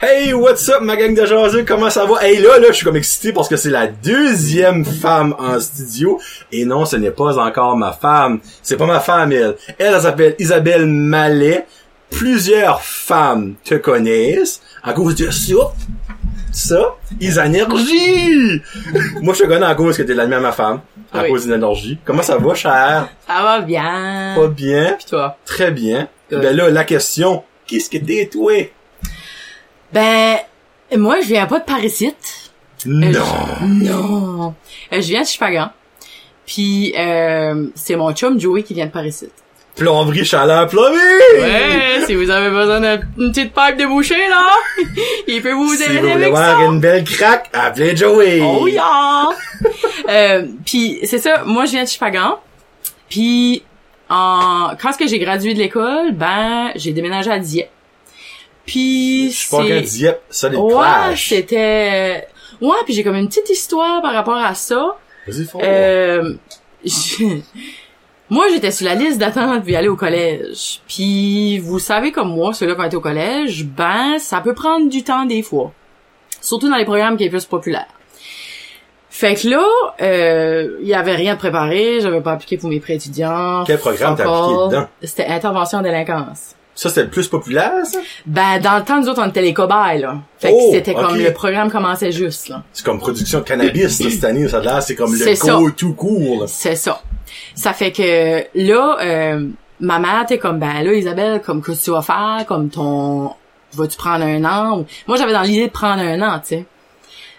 Hey, what's up, ma gang de jaseux? Comment ça va? Hey, là, là, je suis comme excité parce que c'est la deuxième femme en studio. Et non, ce n'est pas encore ma femme. C'est pas ma femme, elle. Elle, elle s'appelle Isabelle Mallet. Plusieurs femmes te connaissent à cause de ça. Ça, Isanergie! Moi, je te connais à cause que t'es l'ami à ma femme. À Oui. cause d'énergie. Comment ça va, cher? Ça va bien. Pas bien? Puis toi? Très bien. Good. Ben là, la question, qu'est-ce que t'es, toi? Ben, moi, je viens pas de Parisite. Euh, Non! je- Non. Euh, je viens de Chipagan. Puis, euh, c'est mon chum Joey qui vient de Parisite. Plomberie, chaleur, plomberie! Ouais, si vous avez besoin d'une petite pipe de boucher, là, il peut vous si aider vous voulez avec voir ça. une belle craque, appelez Joey! Oh yeah! euh, puis c'est ça, moi je viens de Chipagan. Puis en quand est-ce que j'ai gradué de l'école, ben j'ai déménagé à Dieppe. Puis Je suis pas qu'un c'est Dieppe, ça les Ouais, clash. c'était Ouais, puis j'ai comme une petite histoire par rapport à ça. Vas-y, fous. Euh, je- Moi, j'étais sur la liste d'attente puis aller au collège. Puis, vous savez comme moi, ceux-là qui ont été au collège, ben, ça peut prendre du temps des fois. Surtout dans les programmes qui est plus populaires. Fait que là, euh, il y avait rien de préparé, j'avais pas appliqué pour mes préétudiants. Quel programme t'as Encore. appliqué dedans? C'était intervention en délinquance. Ça, c'était le plus populaire, ça? Ben, dans le temps, nous autres, on était les cobayes, là. Fait que Oh, c'était ok. comme le programme commençait juste, là. C'est comme production de cannabis, ça, cette année, ça a l'air, c'est comme C'est le ça. go tout court. là. C'est ça. Ça fait que là, euh, ma mère t'es comme ben là, Isabelle, comme qu'est-ce que tu vas faire, comme ton vas-tu prendre un an? Moi j'avais dans l'idée de prendre un an, tu sais.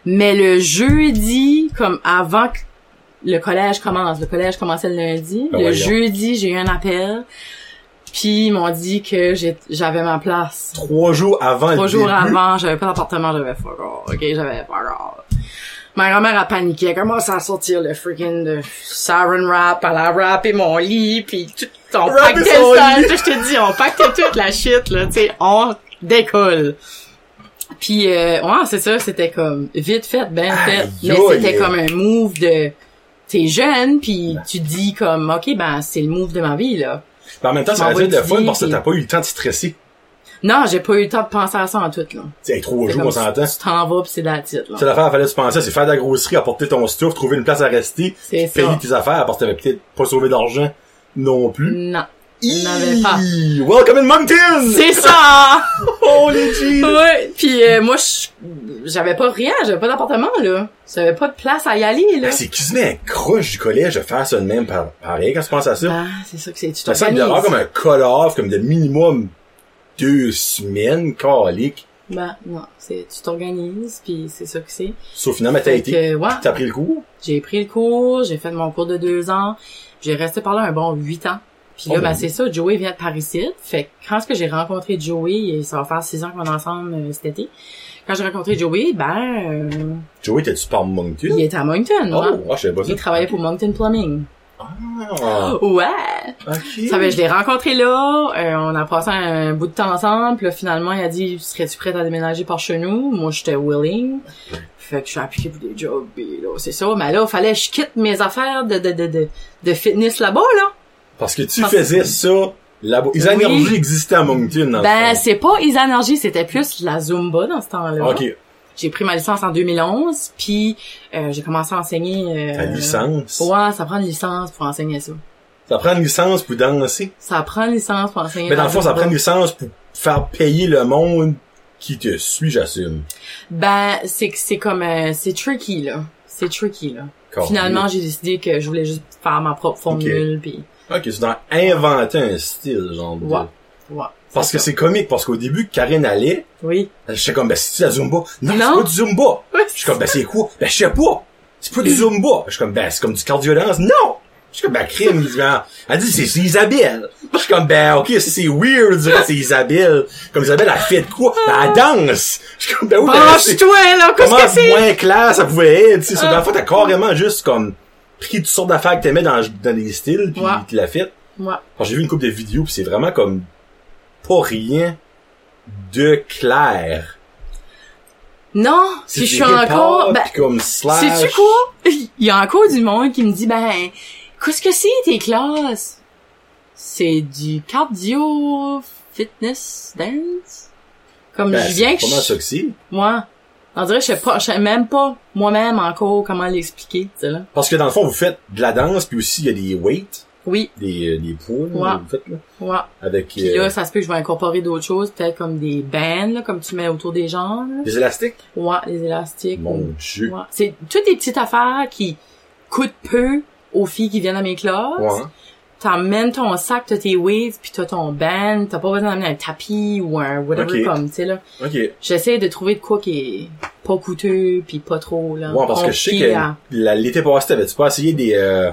Mais le jeudi, comme avant que le collège commence, le collège commençait le lundi, Ben le voyons. jeudi, j'ai eu un appel. Puis ils m'ont dit que j'ai- j'avais ma place. Trois jours avant Trois le jours début. avant, j'avais pas d'appartement, j'avais fuck all, ok, j'avais fuck all. Ma grand-mère a paniqué, elle commence à sortir le freaking de saran wrap, elle a rappé mon lit, puis tout, on Wrapper pactait son le lit. sol, je te dis, on pactait toute la shit, là, tu sais, on décolle. Puis, euh, ouais, c'est ça, c'était comme vite fait, ben fait, Aïe, mais aïe. c'était comme un move de... T'es jeune, puis tu dis comme, ok, ben c'est le move de ma vie, là. Mais en même temps, ça M'en a dû être le vas-tu fun parce que dire, t'as pas eu le temps de stresser. Non, j'ai pas eu le temps de penser à ça en tout, là. Tu sais, trois C'est jours, comme on s'entend. Tu t'en vas, puis c'est la titre, là. C'est l'affaire, fallait se penser, c'est faire de la grosserie, apporter ton stuff, trouver une place à rester, C'est payer ça. tes affaires parce que t'avais peut-être pas sauvé d'argent non plus. Non. Il n'avait pas. Iiii, Welcome in Moncton! C'est ça! hein? Holy Jesus! ouais. Puis euh, moi, je- j'avais pas rien, j'avais pas d'appartement, là. J'avais pas de place à y aller, là. Ah, c'est cuisiner un croche du collège de faire ça de même par, pareil quand tu penses à ça. Ah, c'est ça que c'est. Tu ça semble d'avoir comme t'organises. un call-off, comme de minimum deux semaines, calique. Ben, non, c'est, tu t'organises, puis c'est ça que c'est. Sauf finalement, t'as Fait été. que, ouais, T'as pris le cours? j'ai pris le cours, j'ai fait mon cours de deux ans, j'ai resté par là un bon huit ans. Puis là, Oh, ben, ben. c'est ça, Joey vient de Paris Fait que quand est-ce que j'ai rencontré Joey, et ça va faire six ans qu'on est ensemble euh, cet été, quand j'ai rencontré Joey, ben, euh, Joey, t'es-tu par Moncton? il était à Moncton, Oh, ouais. ah, je savais pas ça. Il travaillait pour Moncton Plumbing. Ah, Ouais! ok. Ça fait, je l'ai rencontré là, euh, on a passé un bout de temps ensemble, puis là, finalement, il a dit, serais-tu prête à déménager par chez nous? Moi, j'étais willing. Fait que je suis appliqué pour des jobs, pis là, c'est ça. Mais là, fallait que je quitte mes affaires de, de, de, de, de fitness là-bas, là. Parce que tu Parce- faisais ça là-bas. Les Oui. énergies existaient à Moncton, dans le Ben, fond. c'est pas Isanergy, c'était plus la Zumba dans ce temps-là. Ah, Ok, J'ai pris ma licence en 2011, puis euh, j'ai commencé à enseigner... euh, ta licence. Ouais, ça prend une licence pour enseigner ça. Ça prend une licence pour danser. Ça prend une licence pour enseigner Mais dans la le fond, ça Zumba. prend une licence pour faire payer le monde qui te suit, j'assume. Ben, c'est que c'est comme euh, c'est tricky là. C'est tricky là. Cordier. Finalement, j'ai décidé que je voulais juste faire ma propre formule puis Ok, c'est dans inventer un style, genre. de- Ouais. ouais. Parce que c'est comique, parce qu'au début, Karine allait, Oui. j'étais comme, ben, c'est-tu la Zumba? Non, Non. c'est pas du Zumba! Je suis comme, ben, c'est quoi? Ben, je sais pas! C'est pas du Zumba! Je suis comme, ben, c'est comme du cardio-dance. Non! Je suis comme, ben, crime, il dit, ben, elle dit, c'est c'est Isabelle! Je suis comme, ben, ok, ça, c'est weird, je dirais, c'est Isabelle. Comme Isabelle, elle fait de quoi? Ben, elle danse! Je suis comme, ben, oui, ben, c'est- Branche-toi là, qu'est-ce comment Ah, que c'est Ah. moins clair ça pouvait être, tu sais. Sur la fois, t'as carrément juste, comme, pris toutes sortes d'affaires que t'aimais dans, dans les styles, puis Ouais. tu l'as fait. Ouais. Alors, j'ai vu une couple de vidéos pis c'est vraiment comme pas rien de clair. Non, C'est si du je suis hip-hop, encore ben pis comme slash. sais-tu quoi Il y a encore du monde qui me dit ben qu'est-ce que c'est tes classes C'est du cardio fitness dance Comme Ben, je viens que c'est Comment je, ça que c'est? moi, on dirait que je sais pas, je sais même pas moi-même encore comment l'expliquer, tu sais là. Parce que dans le fond, vous faites de la danse, puis aussi, il y a des weights, Oui, des, euh, des poids, là, Ouais. vous faites, là, ouais. avec Puis euh, là, ça se peut que je vais incorporer d'autres choses, peut-être comme des bands, là, comme tu mets autour des jambes. des élastiques. Ouais, les élastiques. Mon ou- Dieu. Ouais. C'est toutes des petites affaires qui coûtent peu aux filles qui viennent à mes classes. Ouais. hein? T'emmènes ton sac, t'as tes waves, puis t'as ton band. T'as pas besoin d'amener un tapis ou un whatever Ok. comme, tu sais là. OK. Ouais, J'essaie de trouver de quoi qui est pas coûteux puis pas trop là. parce que je sais compliqué que à- la- l'été passé, t'avais-tu pas essayé des, euh,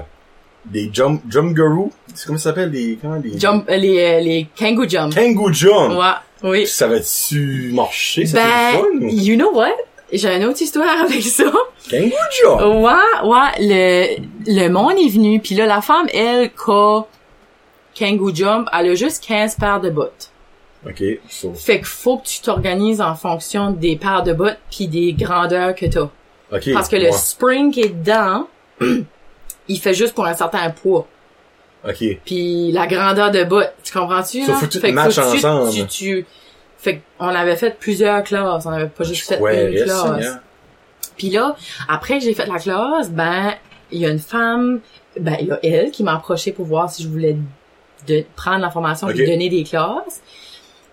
des jump, jump guru? C'est comment ça s'appelle? Des, comment des... Jump, euh, les euh, les kangoo jump. Kangoo jump! Ouais, oui. Ça va-tu marcher? Ça fait Ben, fun? ou- you know what? J'ai une autre histoire avec ça. Kangoo jump! Ouais, ouais, le, le monde est venu, puis là, la femme, elle, qu'a Kangoo Jump, elle a juste 15 paires de bottes. OK. so- Fait que faut que tu t'organises en fonction des paires de bottes puis des grandeurs que t'as. OK. Parce que le spring qui est dedans, il fait juste pour un certain poids. ouais, OK. Puis la grandeur de bottes, tu comprends-tu? Ça, là? faut que tu te Fait que matches faut que tu- ensemble. tu- tu- Fait qu'on avait fait plusieurs classes, on avait pas juste fait Ouais, hein. une yes, classe. Seigneur. Puis là, après que j'ai fait la classe, ben il y a une femme, ben il y a elle qui m'a approché pour voir si je voulais de prendre la formation puis Ok. donner des classes.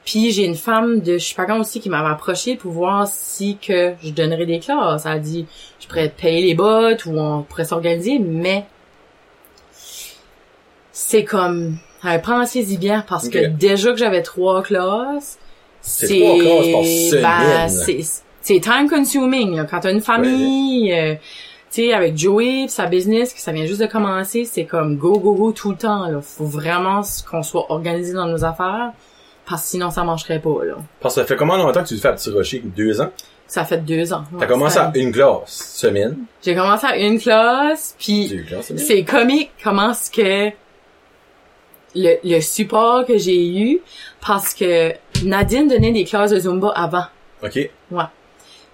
Puis j'ai une femme de Chicago aussi qui m'avait approché pour voir si que je donnerais des classes. Elle a dit je pourrais te payer les bottes ou on pourrait s'organiser, mais c'est comme elle pensez-y bien parce que Ok. déjà que j'avais trois classes, C'est trois classes par semaine. ben, c'est c'est time consuming là. quand t'as une famille euh, tu sais avec Joey pis sa business que ça vient juste de commencer c'est comme go go go tout le temps là faut vraiment s- qu'on soit organisé dans nos affaires parce que sinon ça marcherait pas là Parce que ça fait comment longtemps que tu le fais à Petit Rocher? Deux ans? ça fait deux ans ouais, T'as commencé ça- à une classe semaine. j'ai commencé à une classe puis Deux classes semaine. C'est comique comment ce que le, le support que j'ai eu parce que Nadine donnait des classes de Zumba avant. OK.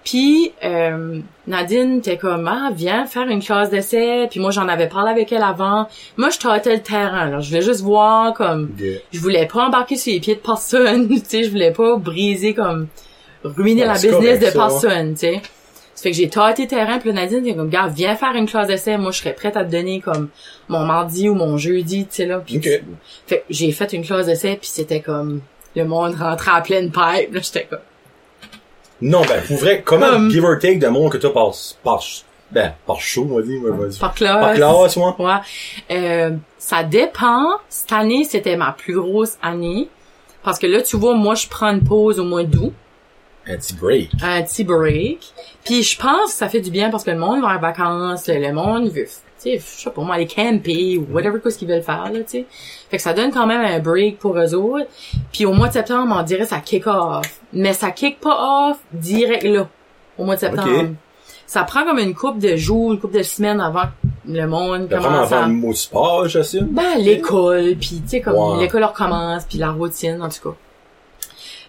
Puis euh, Nadine était comme ah viens faire une classe d'essai. Puis moi j'en avais parlé avec elle avant. Moi je tâtais le terrain. Alors je voulais juste voir comme Good. je voulais pas embarquer sur les pieds de personne. tu sais je voulais pas briser comme ruiner Ouais, la c'est business correct, de ça, ouais. personne. Tu sais. Ça fait que j'ai tâté le terrain. Puis là, Nadine était comme gars viens faire une classe d'essai. Moi je serais prête à te donner comme mon mardi ou mon jeudi. Tu sais là. Puis OK. fait que j'ai fait une classe d'essai puis c'était comme le monde rentrait à pleine pipe. Là j'étais comme Non, ben, pour vrai, comment Comme- give or take de monde que t'as par, par, ben, par show, on va dire, on va dire. par classe. Par classe, moi. Ouais. Euh, ça dépend. Cette année, c'était ma plus grosse année. Parce que là, tu vois, moi, je prends une pause au mois d'août, Un petit break. un petit break. Puis je pense que ça fait du bien parce que le monde va en vacances, le monde veut, tu sais, je sais pas moi, aller camper ou whatever quoi ce qu'ils veulent faire, là, tu sais. Fait que ça donne quand même un break pour eux autres. Puis au mois de septembre, on dirait ça kick off. Mais ça kick pas off direct là, au mois de septembre. Ok. Ça prend comme une couple de jours, une couple de semaines avant que le monde T'as vraiment commence à... avant le mot sport, j'assume. Ben, l'école, puis tu sais, comme Ouais. l'école recommence, puis la routine, en tout cas.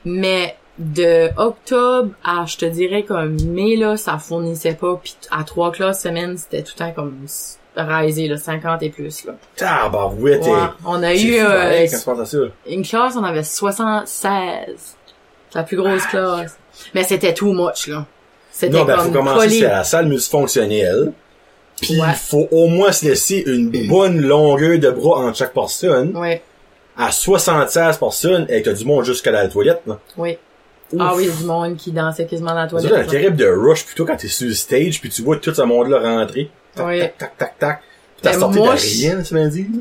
Mais de octobre à, je te dirais, comme mai, là, ça fournissait pas, puis à trois classes semaine, c'était tout le temps comme s- raisé, là, 50 et plus, là. Tabarouette, Ouais. eh. On a C'est eu fou, euh, pareil, quand tu penses à ça. une classe, on avait 76. La plus grosse classe. Mais c'était too much, là. C'était Ah, Non, ben, comme faut commencer, collé. c'est à la salle multifonctionnelle. Puis, Ouais. faut au moins se laisser une bonne longueur de bras entre chaque personne. Ouais, À 76 personnes, et eh, t'as du monde jusqu'à la toilette, là. oui. Ah oui, il y a du monde qui dansait quasiment dans la C'est toilette. un là. terrible de rush, plutôt quand t'es sur le stage, puis tu vois tout ce monde-là rentrer. Tac, Oui. tac, tac, tac, tac. Puis t'as Ben, sorti moi, de rien, tu m'as dit, là.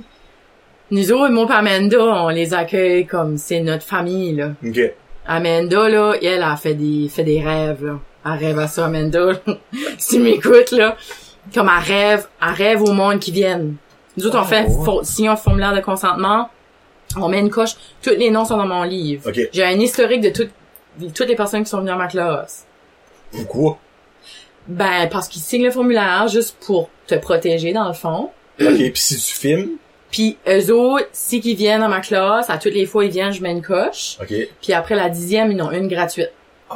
Nous autres, mon père Amanda, on les accueille comme c'est notre famille, là. Ok. Amanda, là, elle a fait des, fait des rêves, là. Elle rêve à ça, Amanda. si tu m'écoutes, là. Comme elle rêve, elle rêve au monde qui viennent. Nous autres, on Oh, fait, ouais. faut- si on formulaire de consentement, on met une coche. Tous les noms sont dans mon livre. Ok. J'ai un historique de toutes, toutes les personnes qui sont venues à ma classe. Pourquoi? Ben, parce qu'ils signent le formulaire juste pour te protéger, dans le fond. ok, puis si tu filmes, Puis eux autres, si qu'ils viennent à ma classe, à toutes les fois ils viennent, je mets une coche. ok. Puis après la dixième, ils en ont une gratuite. Ah.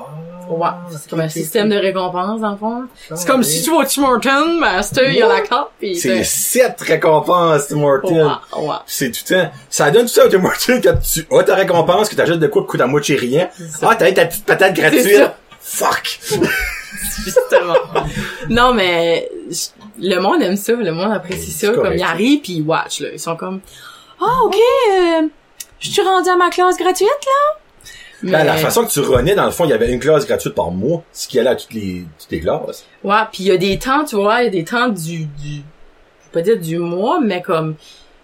Ouais. C'est comme un système de récompense, dans le fond. C'est comme tu si tu vas au Tim Hortons, ben, c'est eux, il y a la carte, pis C'est t'es- sept récompenses, Tim Ouais, Hortons. ouais. C'est tout le temps. Ça donne tout ça à Tim Hortons quand tu as ta récompense, que t'achètes de quoi qui coûte à moitié rien. ça. Ah, t'as eu ta petite patate gratuite. ça. Fuck! Justement. non, mais je- le monde aime ça, le monde apprécie C'est ça. Comme correct. ils arrivent puis ils watch, là. Ils sont comme, ah, ok, euh, je suis rendu à ma classe gratuite, là. Mais, Ben, la façon que tu renais, dans le fond, il y avait une classe gratuite par mois, ce qui allait à toutes les, toutes les classes. Ouais, puis il y a des temps, tu vois, il y a des temps du, du, je vais pas dire du mois, mais comme,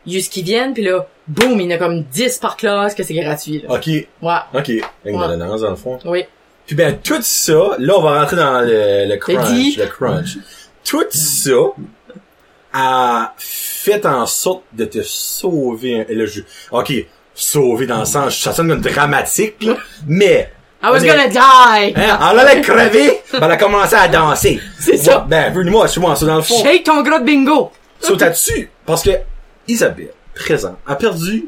il y a ce qui viennent puis là, boum, il y en a comme 10 par classe que c'est gratuit, là. Ok, Ouais. ok. Une Ouais. redondance, dans le fond. Oui. Puis ben, tout ça, là, on va rentrer dans le, le crunch, dit. le crunch. Tout ça a fait en sorte de te sauver. un- Et là, je, ok, sauver dans le sens, ça sonne comme dramatique, là, mais, I was On est- gonna die! hein, elle allait crever, ben, elle a commencé à danser. C'est Ouais, ça. Ben, venez-moi, je moi ça, dans le fond. Shake ton gros de bingo! Saute là-dessus, parce que Isabelle, présent, a perdu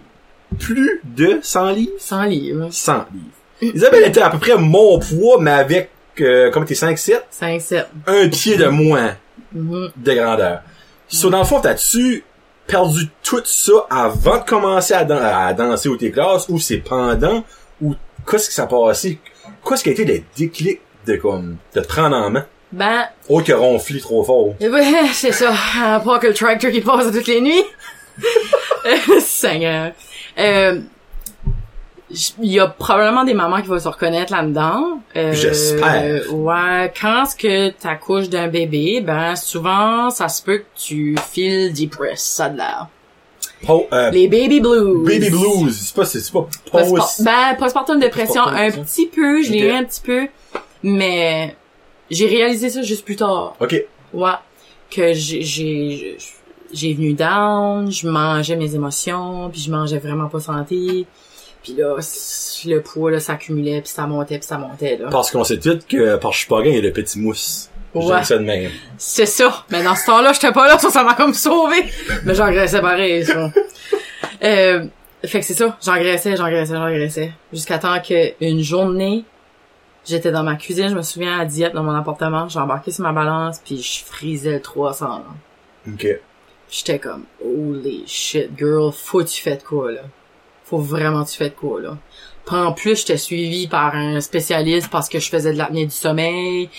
plus de 100 livres. Sans livres. 100 livres. Isabelle était à peu près mon poids, mais avec, euh, comme t'es 5-7, 5, 7. un pied de moins Mm-hmm. de grandeur. So, dans le fond, t'as-tu perdu tout ça avant de commencer à, dan- à danser ou tes classes, ou c'est pendant, ou qu'est-ce qui s'est passé? Qu'est-ce qui a été le déclic de comme, de te prendre en main? Oh, Ben, Autre que ronfler trop fort. Eh ben, c'est ça. À part que le tracteur qui passe toutes les nuits. Euh, Seigneur. Euh, j- Il y a probablement des mamans qui vont se reconnaître là-dedans. Euh, J'espère. Ouais, quand ce que t'accouches d'un bébé, ben souvent ça se peut que tu files depressed, ça de l'air. Po- euh, Les baby blues. baby blues, c'est pas, c'est c'est pas Postpor- pause. ben, postpartum dépression, Postpartum un dépression. petit peu, je l'ai Ok. eu un petit peu, mais j'ai réalisé ça juste plus tard. Ok. Ouais. Que j'ai, j'ai, j'ai venu down, je mangeais mes émotions, puis je mangeais vraiment pas santé. Puis là, c- le poids, là, s'accumulait, puis ça montait, puis ça montait, là. Parce qu'on sait tout que par Chupagan, il y a le petit mousse. Ouais. J'aime ça de même. C'est ça. Mais dans ce temps-là, j'étais pas là, ça, ça m'a comme sauvé. Mais j'engraissais pareil, ça. Euh, fait que c'est ça. J'engraissais, j'engraissais, j'engraissais. Jusqu'à temps que une journée, j'étais dans ma cuisine, je me souviens, à diète dans mon appartement, j'ai embarqué sur ma balance, puis je frisais le 300, là. Ok. J'étais comme, holy shit, girl, faut que tu fais de quoi, là. Faut vraiment que tu fais de quoi, là. Puis en plus, j'étais suivie par un spécialiste parce que je faisais de l'apnée du sommeil.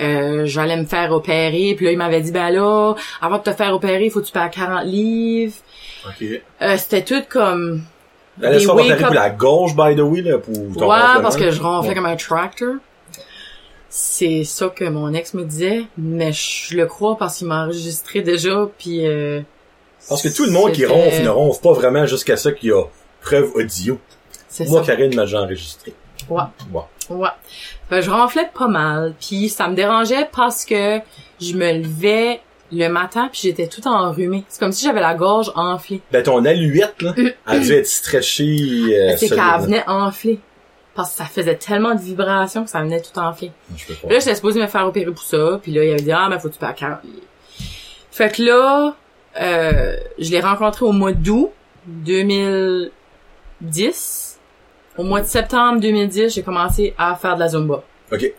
Euh, J'allais me faire opérer. Puis là, il m'avait dit, ben là, avant de te faire opérer, faut que tu perds 40 livres. Ok. Euh, C'était tout comme... Elle est Des Ben, pas wake pour up- la gorge, by the way, là, pour ton hein. ouais, ronflement. parce que je ronflais Ouais. comme un tractor. C'est ça que mon ex me disait, mais je le crois parce qu'il m'a enregistré déjà, puis... euh, Parce que tout le monde qui c'était- ronfle ne ronfle pas vraiment jusqu'à ça qu'il y a preuve audio. C'est Moi, ça. Karine m'a déjà enregistré. Ouais. Ouais. Ouais. Fait que je ronflais pas mal, puis ça me dérangeait parce que je me levais le matin puis j'étais tout enrhumée. C'est comme si j'avais la gorge enflée. Ben, ton aluette, là, a dû être stretchée, euh, C'est solide, là. qu'elle venait enflée. Parce que ça faisait tellement de vibrations que ça venait tout enflé. Je peux pas. Puis là, j'étais supposée me faire opérer pour ça. Puis là, il avait dit, ah, ben, faut que tu perds 40 livres. Fait que là, euh, je l'ai rencontré au mois d'août 2010. Au mois de septembre 2010, j'ai commencé à faire de la Zumba. Ok.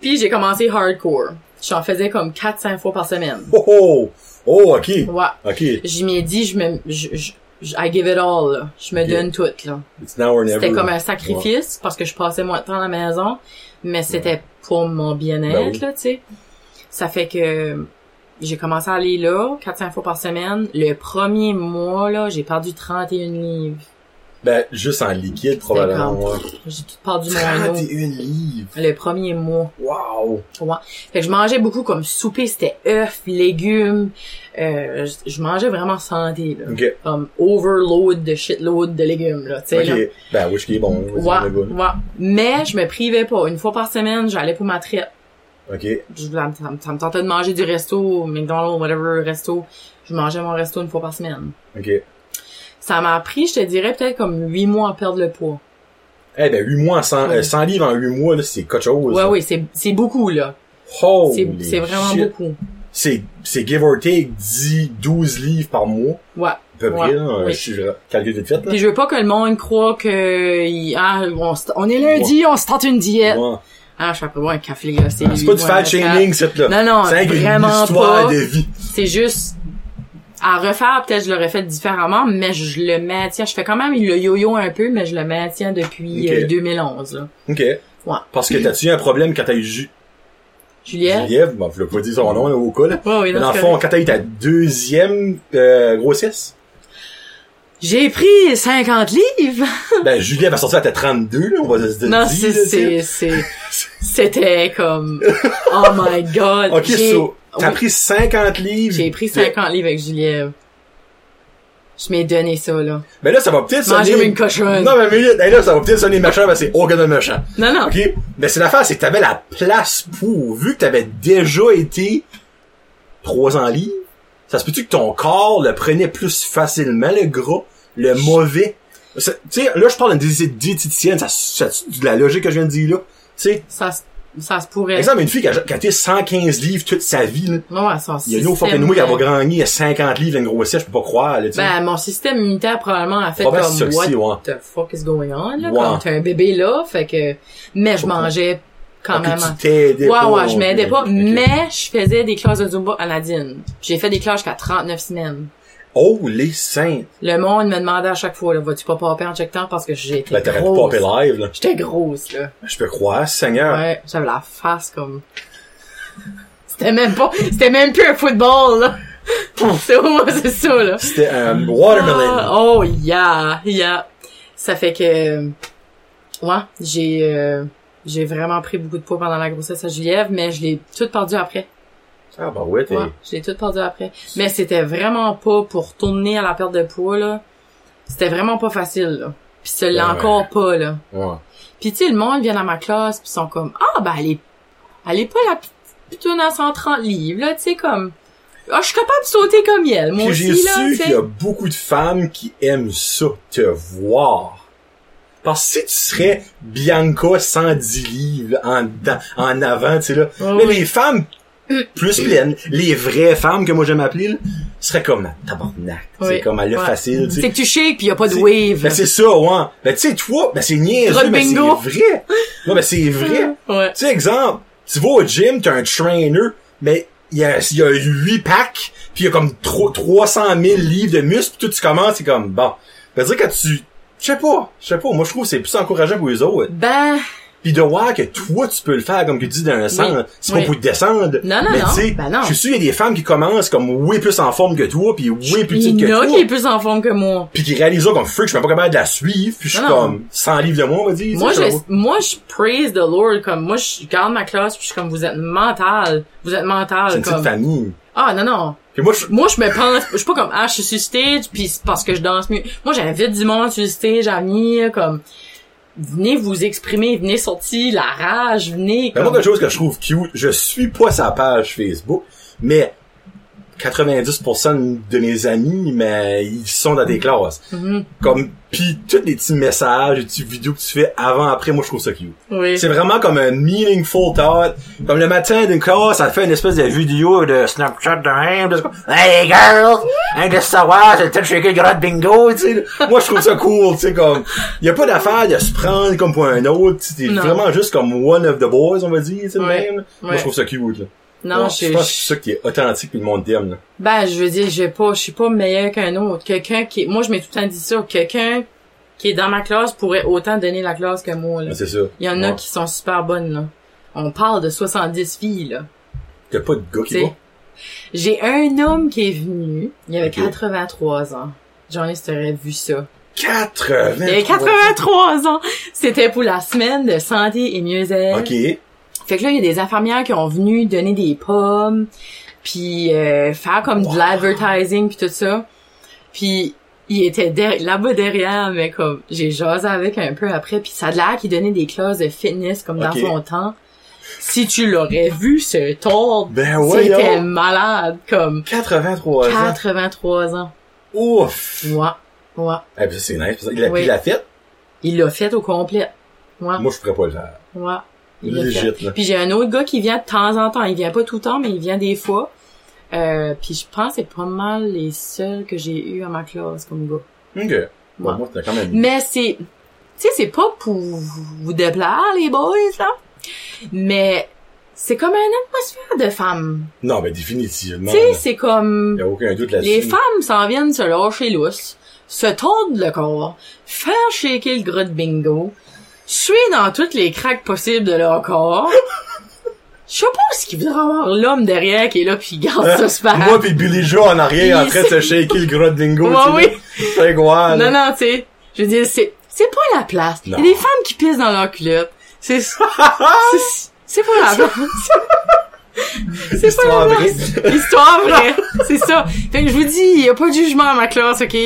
Puis j'ai commencé hardcore. J'en faisais comme 4-5 fois par semaine. Oh, oh! Oh, ok. Ouais. Ok. It's Je m'y ai dit, je me... Je, je- je- I give it all, là. Je me Ok. donne tout, là. now or never. C'était comme un sacrifice parce que je passais moins de temps à la maison, mais c'était pour mon bien-être, Ben oui. là, tu sais. Ça fait que j'ai commencé à aller là, 4-5 fois par semaine. Le premier mois, là, j'ai perdu 31 livres. Ben, juste en liquide, probablement. Ah, ouais. J'ai tout perdu mon eau. 31 livres. Le premier mois. Wow! Fait que je mangeais beaucoup comme souper, c'était œufs, légumes. Euh, je- je mangeais vraiment santé, là. Ok. Comme overload de shitload de légumes, là, tu sais. Ok. là. Ben, which qui est bon. Ouais, vas-y, le gars, ouais. Mais je me privais pas. Une fois par semaine, j'allais pour ma traite. là. Ok. Je, voulais- ça, me- ça me tentait de manger du resto, McDonald's, whatever, resto. Je mangeais mon resto une fois par semaine. Ok. Ça m'a pris, je te dirais, peut-être comme huit mois à perdre le poids. Eh ben, 8 mois, 100, Ouais. euh, 100 livres en 8 mois, là, c'est quelque chose. Ouais, là. oui, c'est c'est beaucoup, là. C'est Holy c'est vraiment shit. beaucoup. C'est, c'est give or take 10, 12 livres par mois. Ouais. peu près, Ouais, là. oui. Je suis je calcule vite fait, là. Puis je veux pas que le monde croit que il- ah, on, se- on est lundi, on se tente une diète. Ouais. Ah, Ah, je suis après boire un café là, c'est C'est pas du ouais, fat ça- shaming, cette, là. Non, non, C'est une vraiment histoire pas. de vie. C'est juste à refaire, peut-être je l'aurais fait différemment, mais je le maintiens. Je fais quand même le yo-yo un peu, mais je le maintiens depuis Ok. euh, 2011. Là. OK. Parce que t'as-tu eu un problème quand t'as eu Ju- Juliette? Juliette? Bon, je l'ai pas dit son nom, là, au cas, là. Ouais, Mais oui, non, dans le c'est fond, correct. quand t'as eu ta deuxième, euh, grossesse, J'ai pris 50 livres. ben, Juliette va sortir à ta 32, là, on va se dire. Non, dire, c'est, là, tu sais. c'est, c'est, c'était comme, oh my god. OK, J'ai- so, t'as oui. pris 50 livres. J'ai pris 50 livres avec Juliette. Je m'ai donné ça, là. Ben là, ça va peut-être Manger sonner... comme une cochonne. Non, mais minute, hey, là, ça va peut-être sonner méchant, mais c'est aucun de méchant. Non, non. OK? Mais c'est l'affaire, c'est que t'avais la place pour, vu que t'avais déjà été 300 livres, ça se peut-tu que ton corps le prenait plus facilement, le gras, le mauvais? C'est- Tu sais, là, je parle d'une dié- diététicienne, ça, ça de la logique que je viens de dire là. Tu sais, Ça, se- ça se pourrait. par exemple, une fille qui a, qui a été 115 livres toute sa vie, là, Ouais, son euh, il y a no fucking way qu'elle va gagner à 50 livres à une grossesse, je peux pas croire, là, tu sais. Ben, mon système immunitaire probablement a fait Probablement comme, c'est ça what aussi, ouais. the fuck is going on, là? Ouais. Comme t'as un bébé là, fait que, mais je Pourquoi? mangeais quand Que même. tu t'aidais Ouais, pas, ouais, je ok, m'aidais pas, ok. mais je faisais des classes de Zumba à Nadine. J'ai fait des classes jusqu'à 39 semaines. Oh, les saints! Le monde me demandait à chaque fois, là, vas-tu pas popper en check temps parce que j'étais Ben, t'aurais pu grosse. popper live, là. J'étais grosse, là. Je peux croire, Seigneur. Ouais, j'avais la face comme. C'était même pas, c'était même plus un football, là. c'est au moins, c'est ça, là. C'était un watermelon. Ah, oh, yeah, yeah. Ça fait que, ouais, j'ai, euh, j'ai vraiment pris beaucoup de poids pendant la grossesse à Juliève, mais je l'ai toute perdu après. Ah, bah ouais, t'es... Ouais, je l'ai toute perdu après. Mais c'était vraiment pas pour tourner à la perte de poids, là. C'était vraiment pas facile, là. Pis ça l'est Ouais. encore pas, là. ouais. Puis tu sais, le monde vient dans ma classe, puis ils sont comme ah ben elle est, elle est pas la petite pitoune à 130 livres là, tu sais comme ah je suis capable de sauter comme elle, moi Puis j'ai aussi là, tu su qu'il y sais. a beaucoup de femmes qui aiment ça, te voir. Parce que si tu serais Bianca 110 livres en, dedans- en avant, tu sais, là, Ouais, Mm. là, ouais. les femmes plus pleines, les vraies femmes que moi j'aime appeler, là, seraient comme ah, tabarnak. tu sais, Oui. comme elle est Ouais. facile, tu sais. C'est que tu shakes puis y a pas de C'est- wave. Ben, c'est ça, ouais. Ben, tu sais, toi, ben, c'est niaiseux, Drôle mais c'est bingo. vrai. Non, ben, c'est vrai. ouais. Tu sais, exemple, tu vas au gym, t'as un trainer, mais il y a, il y a 8 packs, puis il y a comme tro- 300 000 livres de muscles, puis tout, tu commences, c'est comme, bon. Ça veut dire que tu... Je sais pas, je sais pas. Moi, je trouve que c'est plus encourageant pour les autres. Ben Puis de voir que toi, tu peux le faire, comme tu dis, dans un sens. Oui, C'est oui. pas pour te descendre. Non, non, mais non. tu sais, Ben non. je suis sûr, il y a des femmes qui commencent comme way plus en forme que toi, puis way plus petites il y que en a toi. qui est plus en forme que moi. Puis qui réalisent ça comme freak, je suis même pas capable de la suivre, puis je suis Non, non. comme 100 livres de moins, on va dire. tu sais, Moi je je, sais pas. moi je praise the Lord comme moi je garde ma classe puis je suis comme vous êtes mental, vous êtes C'est mental une petite comme famille. ah non non Puis moi, je... Moi, je me pense, je suis pas comme, ah, je suis sur stage, puis c'est parce que je danse mieux. Moi, j'invite du monde sur le stage à venir, comme, venez vous exprimer, venez sortir la rage, Mais venez, comme, moi, quelque chose que je trouve cute, je suis pas sa page Facebook, mais 90% de mes amis, mais ils sont dans des classes. Mhm. Comme, pis tous les petits messages, les petites vidéos que tu fais avant, après, moi, je trouve ça cute. oui. C'est vraiment comme un meaningful thought. Comme le matin d'une classe, elle fait une espèce de vidéo de Snapchat de rien, de Hey les girls! Hein, de savoir, c'est peut-être shaker le grade bingo, tu sais. Moi, je trouve ça cool, tu sais, comme, y a pas d'affaire de se prendre comme pour un autre, tu sais, t'es Non. vraiment juste comme one of the boys, on va dire, tu sais, de Ouais. même. Moi, Ouais. je trouve ça cute, là. Non, Ouais, je, je pense que je- c'est ça qui est authentique pis le monde t'aime, là. ben, je veux dire, j'ai pas, je suis pas meilleur qu'un autre. Quelqu'un qui, est- moi, je m'ai tout le temps dit ça, quelqu'un qui est dans ma classe pourrait autant donner la classe que moi, là. Mais c'est ça. Il y en a Ouais. qui sont super bonnes, là. On parle de 70 filles, là. T'as pas de gars qui T'sais. va? J'ai un homme qui est venu, il avait Ok. 83 ans. Johnny, si t'aurais vu ça. 80! Il avait 83 ans. C'était pour la semaine de santé et mieux-être. Ok. Fait que là, il y a des infirmières qui ont venu donner des pommes, puis euh, faire comme Wow. de l'advertising, puis tout ça. Puis il était der- là-bas derrière, mais comme j'ai jasé avec un peu après, puis ça a l'air qu'il donnait des classes de fitness comme dans Ok. son temps. Si tu l'aurais vu, ce tour, Ben c'était ouais, malade, comme 83 ans. 83 ans. Ouf! Ouais, ouais. Ah, puis ça, c'est nice. Il a Oui. pris la fête. Il l'a fait au complet. Ouais, Moi, je pourrais pas le faire. ouais. Il l'a fait. Legit, là. Puis j'ai un autre gars qui vient de temps en temps. Il vient pas tout le temps, mais il vient des fois. Euh, puis je pense que c'est pas mal les seuls que j'ai eu à ma classe comme gars. Ok. Bon, moi, c'était quand même... Mais c'est, tu sais, c'est pas pour vous déplaire, les boys, là. Mais c'est comme une atmosphère de femmes. Non, mais définitivement. Tu sais, là. c'est comme, Y a aucun doute les là-dessus. femmes s'en viennent se lâcher lousse, se tordre le corps, faire shaker le gros de bingo, suer dans toutes les craques possibles de leur corps. Je sais pas ce qu'il voudrait avoir l'homme derrière qui est là pis il garde ça se Hein? Moi pis Billy Joe en arrière en train de se shaker le gros dingo. Ouais, tu sais, oui. C'est igual. Non, non, tu sais. Je veux dire, c'est, c'est pas la place. Il y a Non. des femmes qui pissent dans leur culotte. C'est, c'est, c'est pas la place. C'est Histoire pas la vraie. place. Histoire vraie. C'est ça. Fait que je vous dis, il y a pas de jugement à ma classe, ok?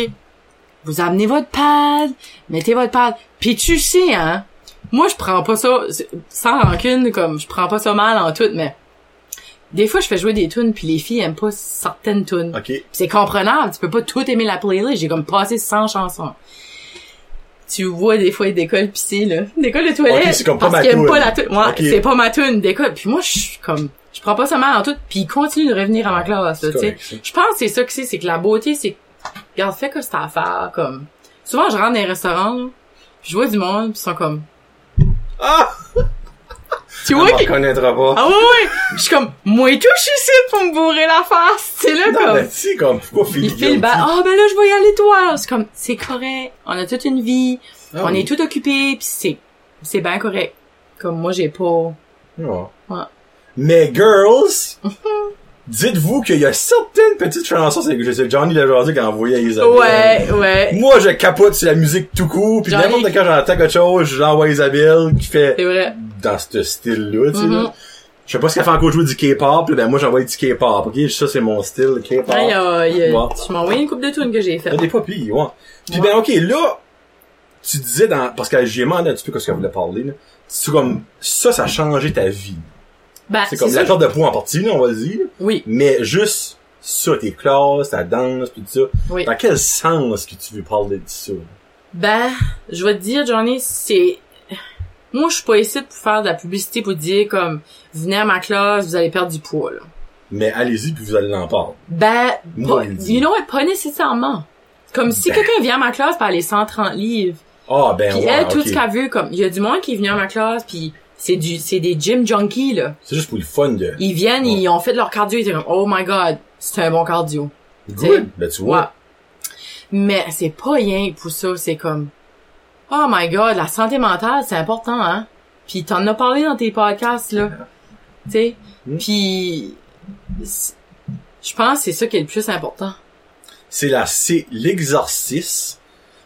Vous amenez votre pad, mettez votre pad. Puis tu sais, hein, moi je prends pas ça c'est- sans rancune, comme je prends pas ça mal en tout, mais des fois je fais jouer des tunes puis les filles aiment pas certaines tunes. Ok. Pis c'est comprenable, tu peux pas tout aimer la playlist, j'ai comme passé 100 chansons. Tu vois des fois ils décollent pisser là, décolle de toilette Ok, c'est comme pas parce ma qu'ils aiment toune. pas la tune. Ouais, Ok. c'est pas ma tune, décolle. Puis moi je suis comme je prends pas ça mal en tout, puis ils continuent de revenir à ma classe, là, C'est tu sais. correct, ça. Je pense que c'est ça que c'est, c'est que la beauté c'est regarde fais que c'est à faire comme. Souvent je rentre dans les restaurants là, puis je vois du monde, puis ils sont comme Ah! tu On vois ne qu'ils... reconnaîtra pas. Ah ouais ouais, Puis je suis comme moi et tout je suis ici pour me bourrer la face, c'est là Non, comme mais si, comme, pourquoi Phil Il fait le Guillaume, bal. Ah, ben là, je vais y aller, toi. C'est comme, c'est correct. On a toute une vie. tu- Ah on oui. est tout occupé. Puis c'est, c'est bien correct. Comme moi, j'ai pas. Ouais. Ouais. Mais girls, dites-vous qu'il y a certaines petites chansons, c'est que c'est Johnny Lejardier qui a envoyé à Isabelle. Ouais, ouais. Moi, je capote sur la musique tout court, puis Johnny- n'importe quand j'entends quelque chose, je l'envoie à Isabelle, qui fait C'est vrai. dans ce style-là, tu sais. Mhm. là. Je sais pas ce qu'elle fait encore jouer du K-pop, là, ben moi j'envoie du K-pop, ok? Ça c'est mon style, le K-pop. Aïe, aïe, aïe. Ouais. Tu m'as envoyé une coupe de tunes que j'ai T'as faite. des papilles, ouais. Puis Ouais. ben ok, là, tu disais dans... Parce que j'ai demandé un petit peu ce qu'elle voulait parler, là. C'est comme... Ça, ça a changé ta vie. Ben, C'est comme ça, la corde de poids en partie, là, on va le dire. je- Oui, Mais juste ça, tes classes, ta danse, pis tout ça. oui. Dans quel sens que tu veux parler de ça? Ben, je vais te dire, Johnny, c'est... Moi, je suis pas ici pour faire de la publicité pour dire, comme, venez à ma classe, vous allez perdre du poids, là. Mais allez-y, puis vous allez l'en parler. Ben, Moi, pas, il dit. you know what, pas nécessairement. Comme si Ben. quelqu'un vient à ma classe par les 130 livres, Ah, ben Puis ouais, elle, ok. tout ce qu'elle veut, comme, il y a du monde qui est venu à ma classe, puis c'est du, c'est des gym junkies, là. C'est juste pour le fun de... Ils viennent, Ouais. ils ont fait leur cardio, ils étaient comme, oh my god, c'est un bon cardio. Good! Ben tu Ouais. vois. Mais c'est pas rien pour ça, c'est comme, oh my god, la santé mentale, c'est important, hein. Puis t'en as parlé dans tes podcasts, là. Tu sais. Mm. Puis, c'est- je pense que c'est ça qui est le plus important. c'est la c'est l'exercice.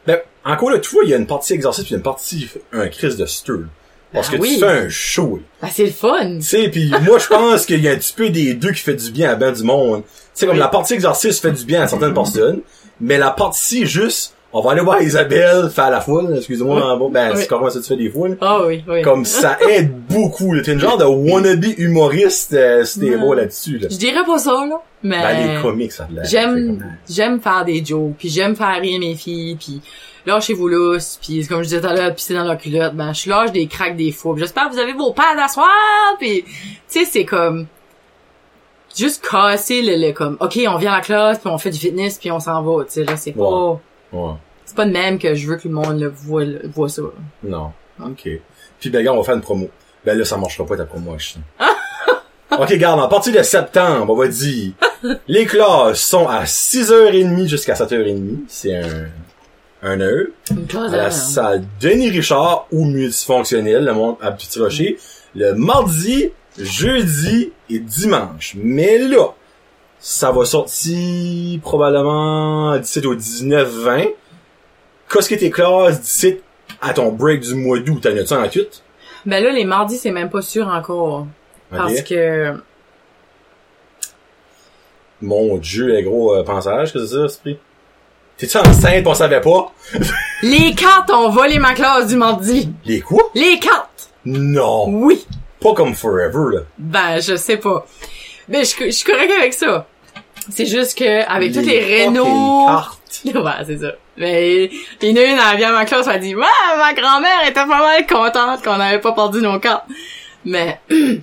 Ben, encore là, tu vois, il y a une partie exercice puis une partie un crise de stir. Parce Ah que oui. tu fais un show. là. Ben, c'est le fun. Tu sais, puis moi je pense qu'il y a un petit peu des deux qui fait du bien à ben du monde. Tu sais, comme Oui. la partie exercice fait du bien à certaines personnes, mais la partie juste, on va aller voir Isabelle faire la foule, excusez-moi, en bas, ben Oui. c'est comment ça tu fais des foules. Ah oui, oui. Comme ça aide beaucoup, là. T'es une genre de wannabe humoriste, euh, stéro Ouais. là-dessus, là. Je dirais pas ça, là. Mais. Ben, les comics, ça de l'air. J'aime C'est comme- j'aime faire des jokes, puis j'aime faire rire mes filles, puis lâchez-vous lousse, puis comme je disais tout à l'heure, pisser dans leur culotte, ben je lâche des craques des fous. puis J'espère que vous avez vos pads à soir, puis tu sais c'est comme juste casser le, le comme OK, on vient à la classe, puis on fait du fitness, puis on s'en va, tu sais là c'est pas Ouais. Ouais. c'est pas de même que je veux que le monde le voit le- voit ça. Non. OK. Puis ben, gars, on va faire une promo. Ben là, ça marchera pas ta promo, je sais. OK, garde, à partir de septembre, on va dire, les classes sont à 6h30 jusqu'à 7h30. C'est un, un heure. Une classe À la de- salle Denis Richard ou multifonctionnel, le monde à Petit Rocher, le mardi, jeudi et dimanche. Mais là, ça va sortir probablement 17 au 19, 20. Qu'est-ce que tes classes 17 à ton break du mois d'août? T'en as-tu en tout? Ben là les mardis, c'est même pas sûr encore parce Ok. que Mon dieu, les gros euh, pensages, qu'est-ce que c'est ça, Esprit? T'es-tu enceinte pis on savait pas? les cartes ont volé ma classe du mardi. Les quoi? Les cartes. Non! Oui. Pas comme Forever, là. Ben, je sais pas. Mais je, je suis correct avec ça. C'est juste que, avec toutes les fucking rénaux... cartes. ouais, c'est ça. Mais, il y en a une, elle vient à ma classe, elle dit, ouais, ma grand-mère était pas mal contente qu'on n'avait pas perdu nos cartes. Mais, je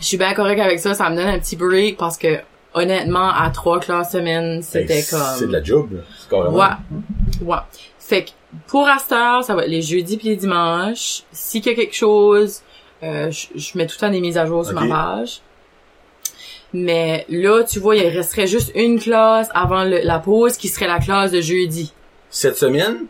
suis bien correct avec ça, ça me donne un petit break parce que, honnêtement, à trois classes semaine, c'était Ben, comme... C'est de la job, là. C'est carrément. Ouais. Ouais. Fait que pour Astor, ça va être les jeudis puis les dimanches. S'il y a quelque chose, euh, je je mets tout le temps des mises à jour sur Ok. ma page. Mais là, tu vois, il resterait juste une classe avant le- la pause qui serait la classe de jeudi. Cette semaine?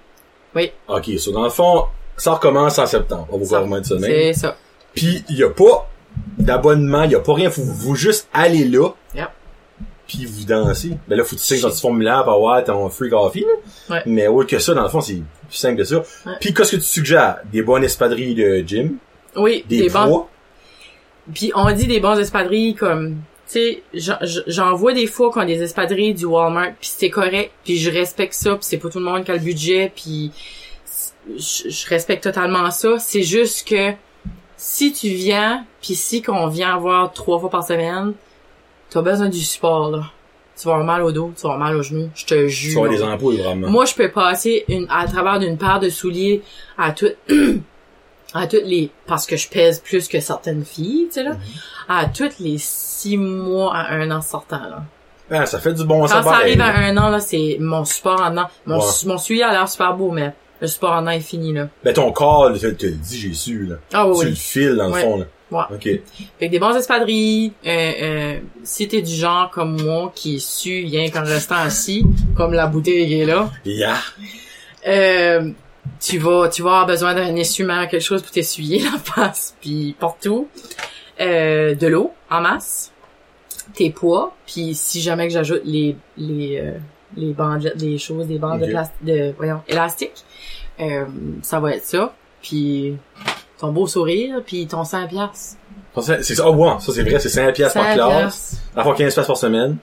Oui. OK, so dans le fond, ça recommence en septembre. On va Ça, voir moins de semaine. C'est ça. Puis il y a pas d'abonnement, il y a pas rien, faut vous juste aller là. Yep. Puis vous dansez. Ben là, faut que tu signes ton petit formulaire pour avoir ton free coffee, là. Ouais. Mais autre que ça, dans le fond, c'est plus simple que ça. Ouais. Puis qu'est-ce que tu suggères? Des bonnes espadrilles de gym, Oui, des, bons- poids. Puis on dit des bons espadrilles comme tu sais, j'en- j'en vois des fois qui ont des espadrilles du Walmart, puis c'est correct, puis je respecte ça, puis c'est pas tout le monde qui a le budget, puis c'est- je je respecte totalement ça. C'est juste que si tu viens, puis si qu'on vient voir trois fois par semaine, t'as besoin du support là. Tu vas avoir mal au dos, tu vas avoir mal aux genoux, je te Tu jure. vas avoir des ampoules, vraiment. Moi, je peux passer une, à travers d'une paire de souliers à toutes, à toutes les, parce que je pèse plus que certaines filles, tu sais, là, Mhm. à toutes les six mois à un an sortant, là. Ah, ça fait du bon Quand sens. ça pareil, arrive à là. un an, là, c'est mon support en an. Mon, Ouais. su- mon soulier a l'air super beau, mais le support en an est fini, là. Ben ton corps, là, tu te le dis, j'ai su, là. Ah oui, Tu le oui. files, dans le Ouais. fond, là. Ouais. OK. Fait que des bons espadrilles, euh, euh, si t'es du genre comme moi qui sue rien qu'en restant assis, comme la bouteille est là, Yeah. Euh, tu vas, tu vas avoir besoin d'un essuie-main, quelque chose pour t'essuyer la face, puis partout. Euh, de l'eau en masse, tes poids, puis si jamais que j'ajoute les les euh, les bandelettes, des choses, des bandes Ok. de, plastique, de voyons, élastiques, euh, ça va être ça. Puis ton beau sourire, puis ton 5 piastres. C'est c'est ça. Ah, ouais, ça c'est vrai, c'est 5 piastres par 5 classe. piastres. À fond 15 piastres par semaine.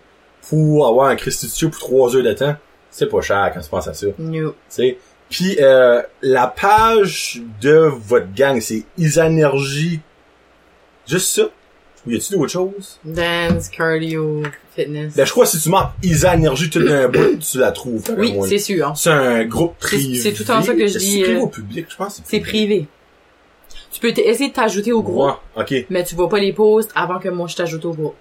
Pour avoir un Christitio pour 3 heures de temps. C'est pas cher quand tu penses à ça. Tu No. sais. Puis euh, la page de votre gang, c'est Isanergie. Juste ça? Ou y a-tu d'autres choses? Dance, cardio, fitness. Ben je crois que si tu marques Isanergie tout d'un bout, tu la trouves. quand oui, même. c'est sûr. hein. C'est un groupe C'est- privé. c'est tout en ça que je dis, C'est privé euh, au public, je pense. C'est privé. Tu peux t- essayer de t'ajouter au groupe. Ouais, ok. mais tu vois pas les posts avant que moi je t'ajoute au groupe.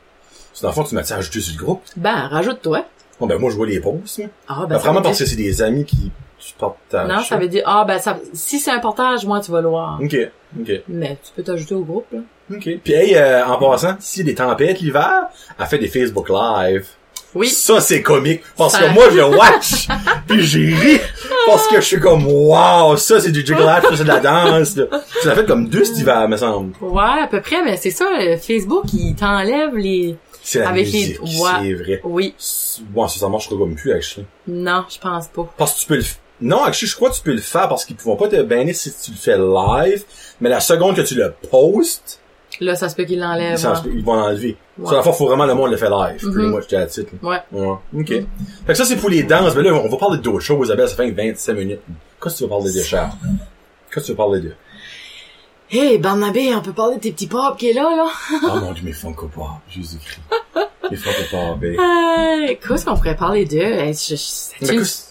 C'est dans le fond, tu m'as dit ajouté sur le groupe. Ben, rajoute-toi. Bon, ben, moi, je vois les posts, là. Ah, Ben, ben, vraiment veut parce dire- que c'est des amis qui, tu partages. Non, ça veut dire, ah, ben, ça, si c'est un portage, moi, tu vas le voir. Ok, ok, Mais tu peux t'ajouter au groupe, là. ok. Puis, hey, euh, en passant, si des tempêtes l'hiver, elle fait des Facebook Live. Oui. Ça, c'est comique. Parce Ça- que moi, je le watch. puis j'ai ri. Parce que je suis comme, wow, ça, c'est du jigglage, ça, c'est de la danse. là. Tu l'as fait comme deux cet hiver, me semble. Ouais, à peu près, mais c'est ça, euh, Facebook, il t'enlève les... C'est la Avec les- musique, ouais. c'est vrai. Oui. C'est- Bon, ça, ça marche comme plus, actually. Non, je pense pas. Parce que tu peux le f- Non, actually, je crois que tu peux le faire parce qu'ils pourront pas te banner si tu le fais live, mais la seconde que tu le postes, Là, ça se peut qu'il l'enlève. ça, hein. ils vont l'enlever. Ouais. Ça, la fois, faut vraiment le monde le fait live. Mhm. Pretty much, that's it. Ouais. Mm-hmm. Ouais. OK. Fait que ça, c'est pour les danses, mais là, on va parler d'autres choses, Abel, ça fait 25 minutes. Qu'est-ce que tu veux parler de, Charles? Qu'est-ce que tu veux parler de? Hey, Barnabé, on peut parler de tes petits pop qui est là, là. Oh mon dieu, mes Funko Pop, Jésus-Christ. Mes Funko Pop, ben. Euh, qu'est-ce qu'on pourrait parler de? Hey, je- je- c'est Mais une- qu'est-ce-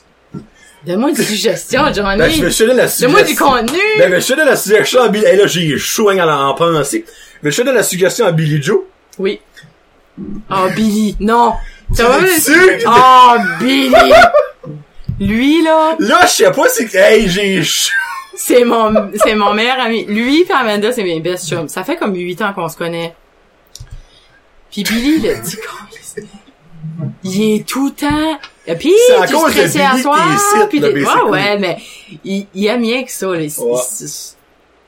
Donne-moi une suggestion, Johnny. Ben, je vais donner la Donne-moi du suggestion. contenu. Ben, ben, je te donne la suggestion à Billy. Hey, là, j'ai chaud hein, à en penser. Mais je te donne la suggestion à Billy Joe. Oui. Oh, Billy. Non. Tu Ça va l'es sûr? Oh, Billy. Lui, là, Là, je sais pas si... Hey, j'ai chaud. c'est mon, c'est mon meilleur ami. Lui pis Amanda, c'est mes best chums. Ça fait comme huit ans qu'on se connaît. Puis Billy, le dit con, il est tout le temps, Et puis, C'est à tu cause de stressais à Billy soir, que t'es ici, puis là, t'es- basically. ouais, ouais, mais il, il aime bien que ça, là. Il- Ouais. il-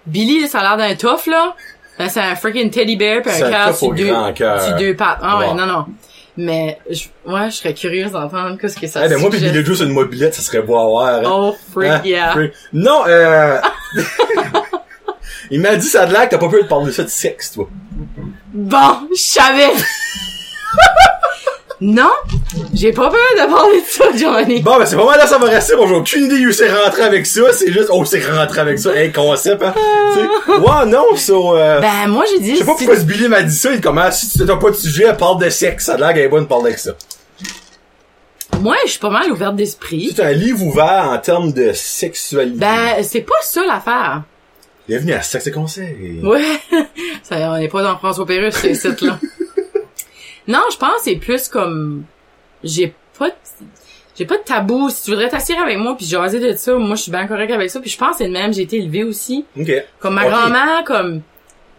Billy, ça a l'air d'un tough, là. Ben, c'est un freaking teddy bear pis C'est un un cœur tough au sur deux, grand cœur. sur deux pattes. Ah ouais, Ouais. non, non. Mais, je, ouais, je serais curieuse d'entendre qu'est-ce que ça Eh ben, moi pis suggère. Billy Joe sur une mobilette, ça serait beau à voir. hein. Oh, freak, Hein? yeah. Freak. Non, euh... Il m'a dit ça de là que t'as pas peur de parler de ça de sexe, toi. Bon, je savais. non, j'ai pas peur de parler de ça, Johnny. Bon, ben, c'est pas mal là, ça va rester. Bon, j'ai aucune idée où c'est rentré avec ça. C'est juste, oh, c'est rentré avec ça. Hey, concept, hein. Tu sais. ouais, non, so, euh... Ben, moi, j'ai dit... Je sais pas si- pourquoi ce Billy m'a dit ça, il commence, si tu t'as pas de sujet, elle parle de sexe, ça a l'air qu'elle est bonne de parler avec ça. Moi, je suis pas mal ouverte d'esprit. C'est un livre ouvert en termes de sexualité. Ben, c'est pas ça l'affaire. Bienvenue à Sexe et Conseil. Ouais. Ça, on est pas dans François Pérus, c'est ici, là. Non, je pense que c'est plus comme j'ai pas de... j'ai pas de tabou. Si tu voudrais t'asseoir avec moi puis jaser de ça, moi je suis bien correct avec ça. Puis je pense que c'est le même, j'ai été élevée aussi. OK. Comme ma Ok. grand-mère, comme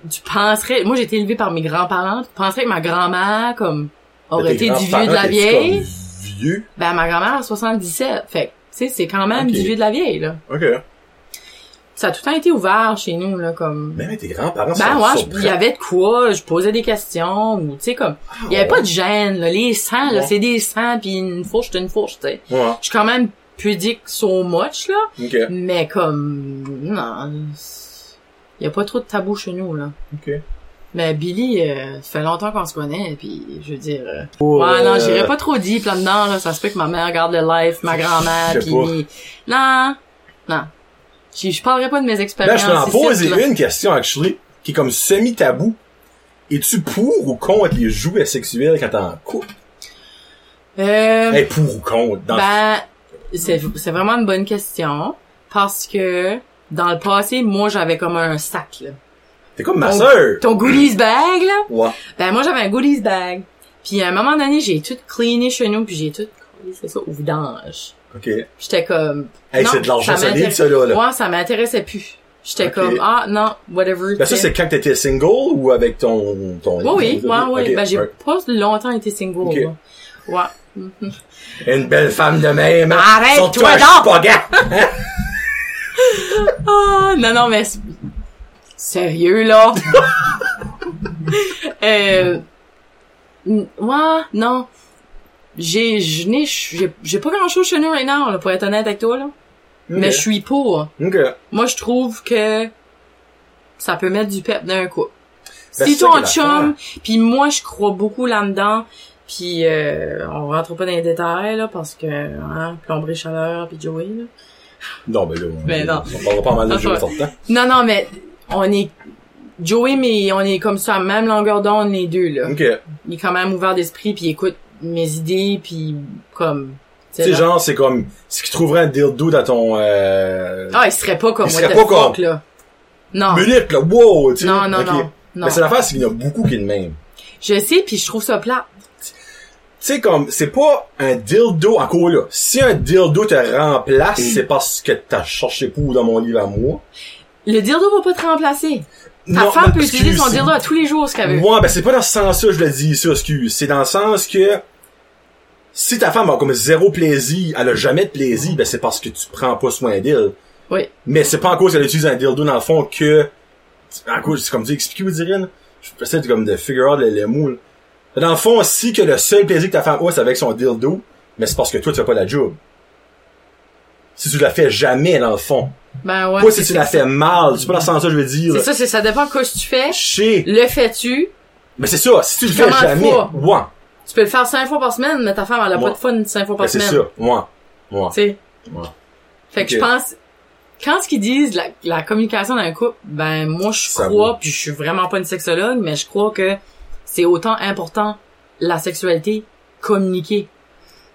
tu penserais. Moi j'ai été élevée par mes grands-parents. Tu penserais que ma grand-mère, comme aurait Tes été du vieux grands-parents, de la t'es-tu vieille. comme Vieux? Ben ma grand-mère a 77. Fait que, tu sais, c'est quand même Ok. du vieux de la vieille, là. OK. Ça a tout le temps été ouvert chez nous, là, comme. Même tes grands-parents Ben sont ouais, je- surprenants. il y avait de quoi, je posais des questions, ou tu sais comme, il y avait Ah, ouais. pas de gêne, là, les sangs, là, Ouais. c'est des sangs, puis une fourche, c'est une fourche, tu sais. Ouais, Je suis quand même pudique so much, là, OK. mais comme, non, c'est- il y a pas trop de tabou chez nous, là. OK. Mais Billy, euh, ça fait longtemps qu'on se connaît, puis je veux dire... euh, Pour, ouais, non, euh, j'irai pas trop deep là-dedans, là, ça se peut que ma mère regarde le live, ma grand-mère, Je sais puis... Non, non. Je je parlerai pas de mes Là, expériences. Ben, je t'en ici, pose là. une question, actually, qui est comme semi-tabou. Es-tu pour ou contre les jouets sexuels quand t'es en couple? Euh... Eh, pour ou contre? Dans... Ben, c'est c'est vraiment une bonne question parce que dans le passé, moi j'avais comme un sac là. T'es comme ma on- sœur! Ton goodies bag là Ouais. Ben moi j'avais un goodies bag. Puis à un moment donné, j'ai tout cleané chez nous puis j'ai tout c'est ça au vidange. OK. Hey, J'étais comme Non, c'est de l'argent ça solide, m'intéresse- ça, là. là. ouais, ça m'intéressait plus. J'étais Ok. comme ah non, whatever. Ben, ça, c'est quand t'étais single ou avec ton, ton... Oui, oui, ouais, ouais. Ok, Ben, j'ai ouais. pas longtemps été single. Ok. moi. Ouais. Une belle femme de même. hein. Arrête, Surtout toi un donc! chupagan. Ah, non, non, mais... c'est- Sérieux, là? euh... n- Ouais, non. J'ai, je n'ai, j'ai j'ai pas grand chose chez nous right now, là, pour être honnête avec toi, là. Mais je suis pour. OK. Moi, je trouve que ça peut mettre du pep d'un coup. Ben, si c'est ça ton qui est l'affaire. chum, puis moi, je crois beaucoup là-dedans, puis euh, on rentre pas dans les détails, là, parce que, hein, plomberie chaleur, puis Joey, là. Non, ben là... Ben, on- non. On parlera pas mal de Ah, jouets ouais. sortants. Non, non, mais on est... Joey, mais on est comme ça, même longueur d'onde, les deux, là. OK. Il est quand même ouvert d'esprit, puis il écoute mes idées, puis comme... tu sais, C'est là. genre, c'est comme... Ce qui trouverait un dildo dans ton... Euh... Ah, il serait pas comme... Il what serait the pas fuck, comme- là. Non. Minute, là, wow! tu sais. Non, non, Ok. non. Non. Mais c'est l'affaire, c'est qu'il y en a beaucoup qui est le même. Je sais, puis je trouve ça plat. Tu sais, comme, c'est pas un dildo, encore là. Si un dildo te remplace, c'est parce que t'as cherché pour dans mon livre à moi. Le dildo va pas te remplacer. Ta femme peut utiliser son dildo à tous les jours, ce qu'elle veut. Ouais, ben c'est pas dans ce sens-là que je le dis, ça, excuse. C'est dans le sens que si ta femme a comme zéro plaisir, elle a jamais de plaisir, ben c'est parce que tu prends pas soin d'elle. Oui. Mais c'est pas en cause qu'elle utilise un dildo dans le fond que, en cause, c'est comme dire, expliquez-vous, Dirine. J'essaie de, comme de figure out le, le moule. Dans le fond, si que le seul plaisir que ta femme a, c'est avec son dildo, mais c'est parce que toi, tu fais pas la job. Si tu la fais jamais, dans le fond. Ben ouais. pas si tu la fais mal. C'est pas dans ce sens-là, que je veux dire. C'est ça, c'est ça dépend de quoi que tu fais. Chier. Le fais-tu. Mais c'est ça, si tu le fais Comment jamais, fois? ouais. Ben, Tu peux le faire cinq fois par semaine, mais ta femme, elle a Ouais. pas de fun cinq fois Ben, par c'est semaine. ça, moi. Moi. Tu sais. Ouais. Fait que Ok. je pense, quand ce qu'ils disent, la, la communication d'un couple, ben moi je Ça crois, vaut. puis je suis vraiment pas une sexologue, mais je crois que c'est autant important la sexualité communiquer.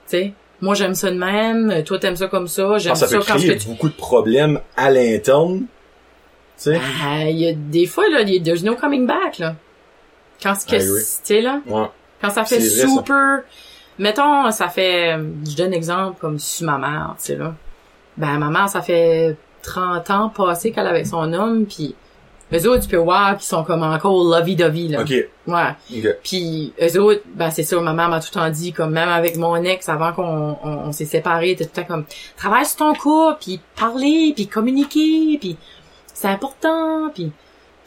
Tu sais, moi j'aime ça de même, toi t'aimes ça comme ça, Je j'aime pense ça, que Ah, ça peut quand je créer beaucoup de problèmes à l'interne. Tu sais? Euh, il y a des fois là, il y a- there's no coming back là. Quand ce I que agree. tu sais là, Ouais. quand ça fait Ah C'est vrai, ça. super mettons ça fait je donne un exemple comme si ma mère tu sais là ben ma mère ça fait 30 ans passé qu'elle est avec son homme puis eux autres tu peux voir qu'ils sont comme encore lovey dovey là Ok. ouais Ok. puis eux autres ben c'est sûr ma mère m'a tout le temps dit comme même avec mon ex avant qu'on on, on s'est séparés était tout le temps comme travaille sur ton couple puis parler puis communiquer puis c'est important puis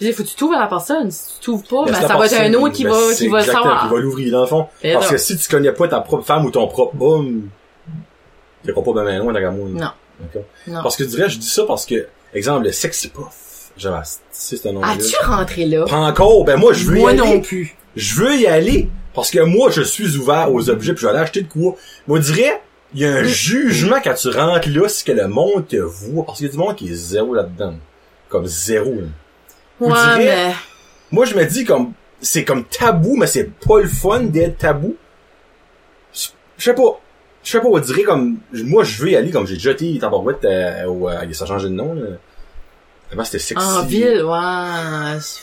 je veux dire, faut que tu t'ouvres à la personne si tu t'ouvres pas Mais ben, c'est la ça va être un personne- autre qui ben, va c'est qui va le exactement, savoir Qui va l'ouvrir, dans le fond. Et Parce donc. que si tu connais pas ta propre femme ou ton propre homme, t'iras pas bien loin, dans moi. Non. Ok. Non. Parce que je dirais, je dis ça parce que, exemple, le sexy puff. J'avais, c'est un nom As-tu rentré là? Pas encore. Ben, moi, je veux Ah, Moi y aller. non plus. je veux y aller parce que moi je suis ouvert aux objets puis je vais aller acheter de quoi. Moi je dirais il y Mm. a un jugement quand tu rentres là c'est que le monde te voit parce qu'il y a du monde qui est zéro là-dedans. Comme zéro. là. Vous Ouais, direz- mais Moi je me dis comme c'est comme tabou mais c'est pas le fun d'être tabou. Je je sais pas. Je sais pas, on dirait comme moi je veux y aller comme j'ai jeté tabarouette euh, au euh, ça a changé de nom là. Avant, c'était sexy. En ville, ouais. c'est-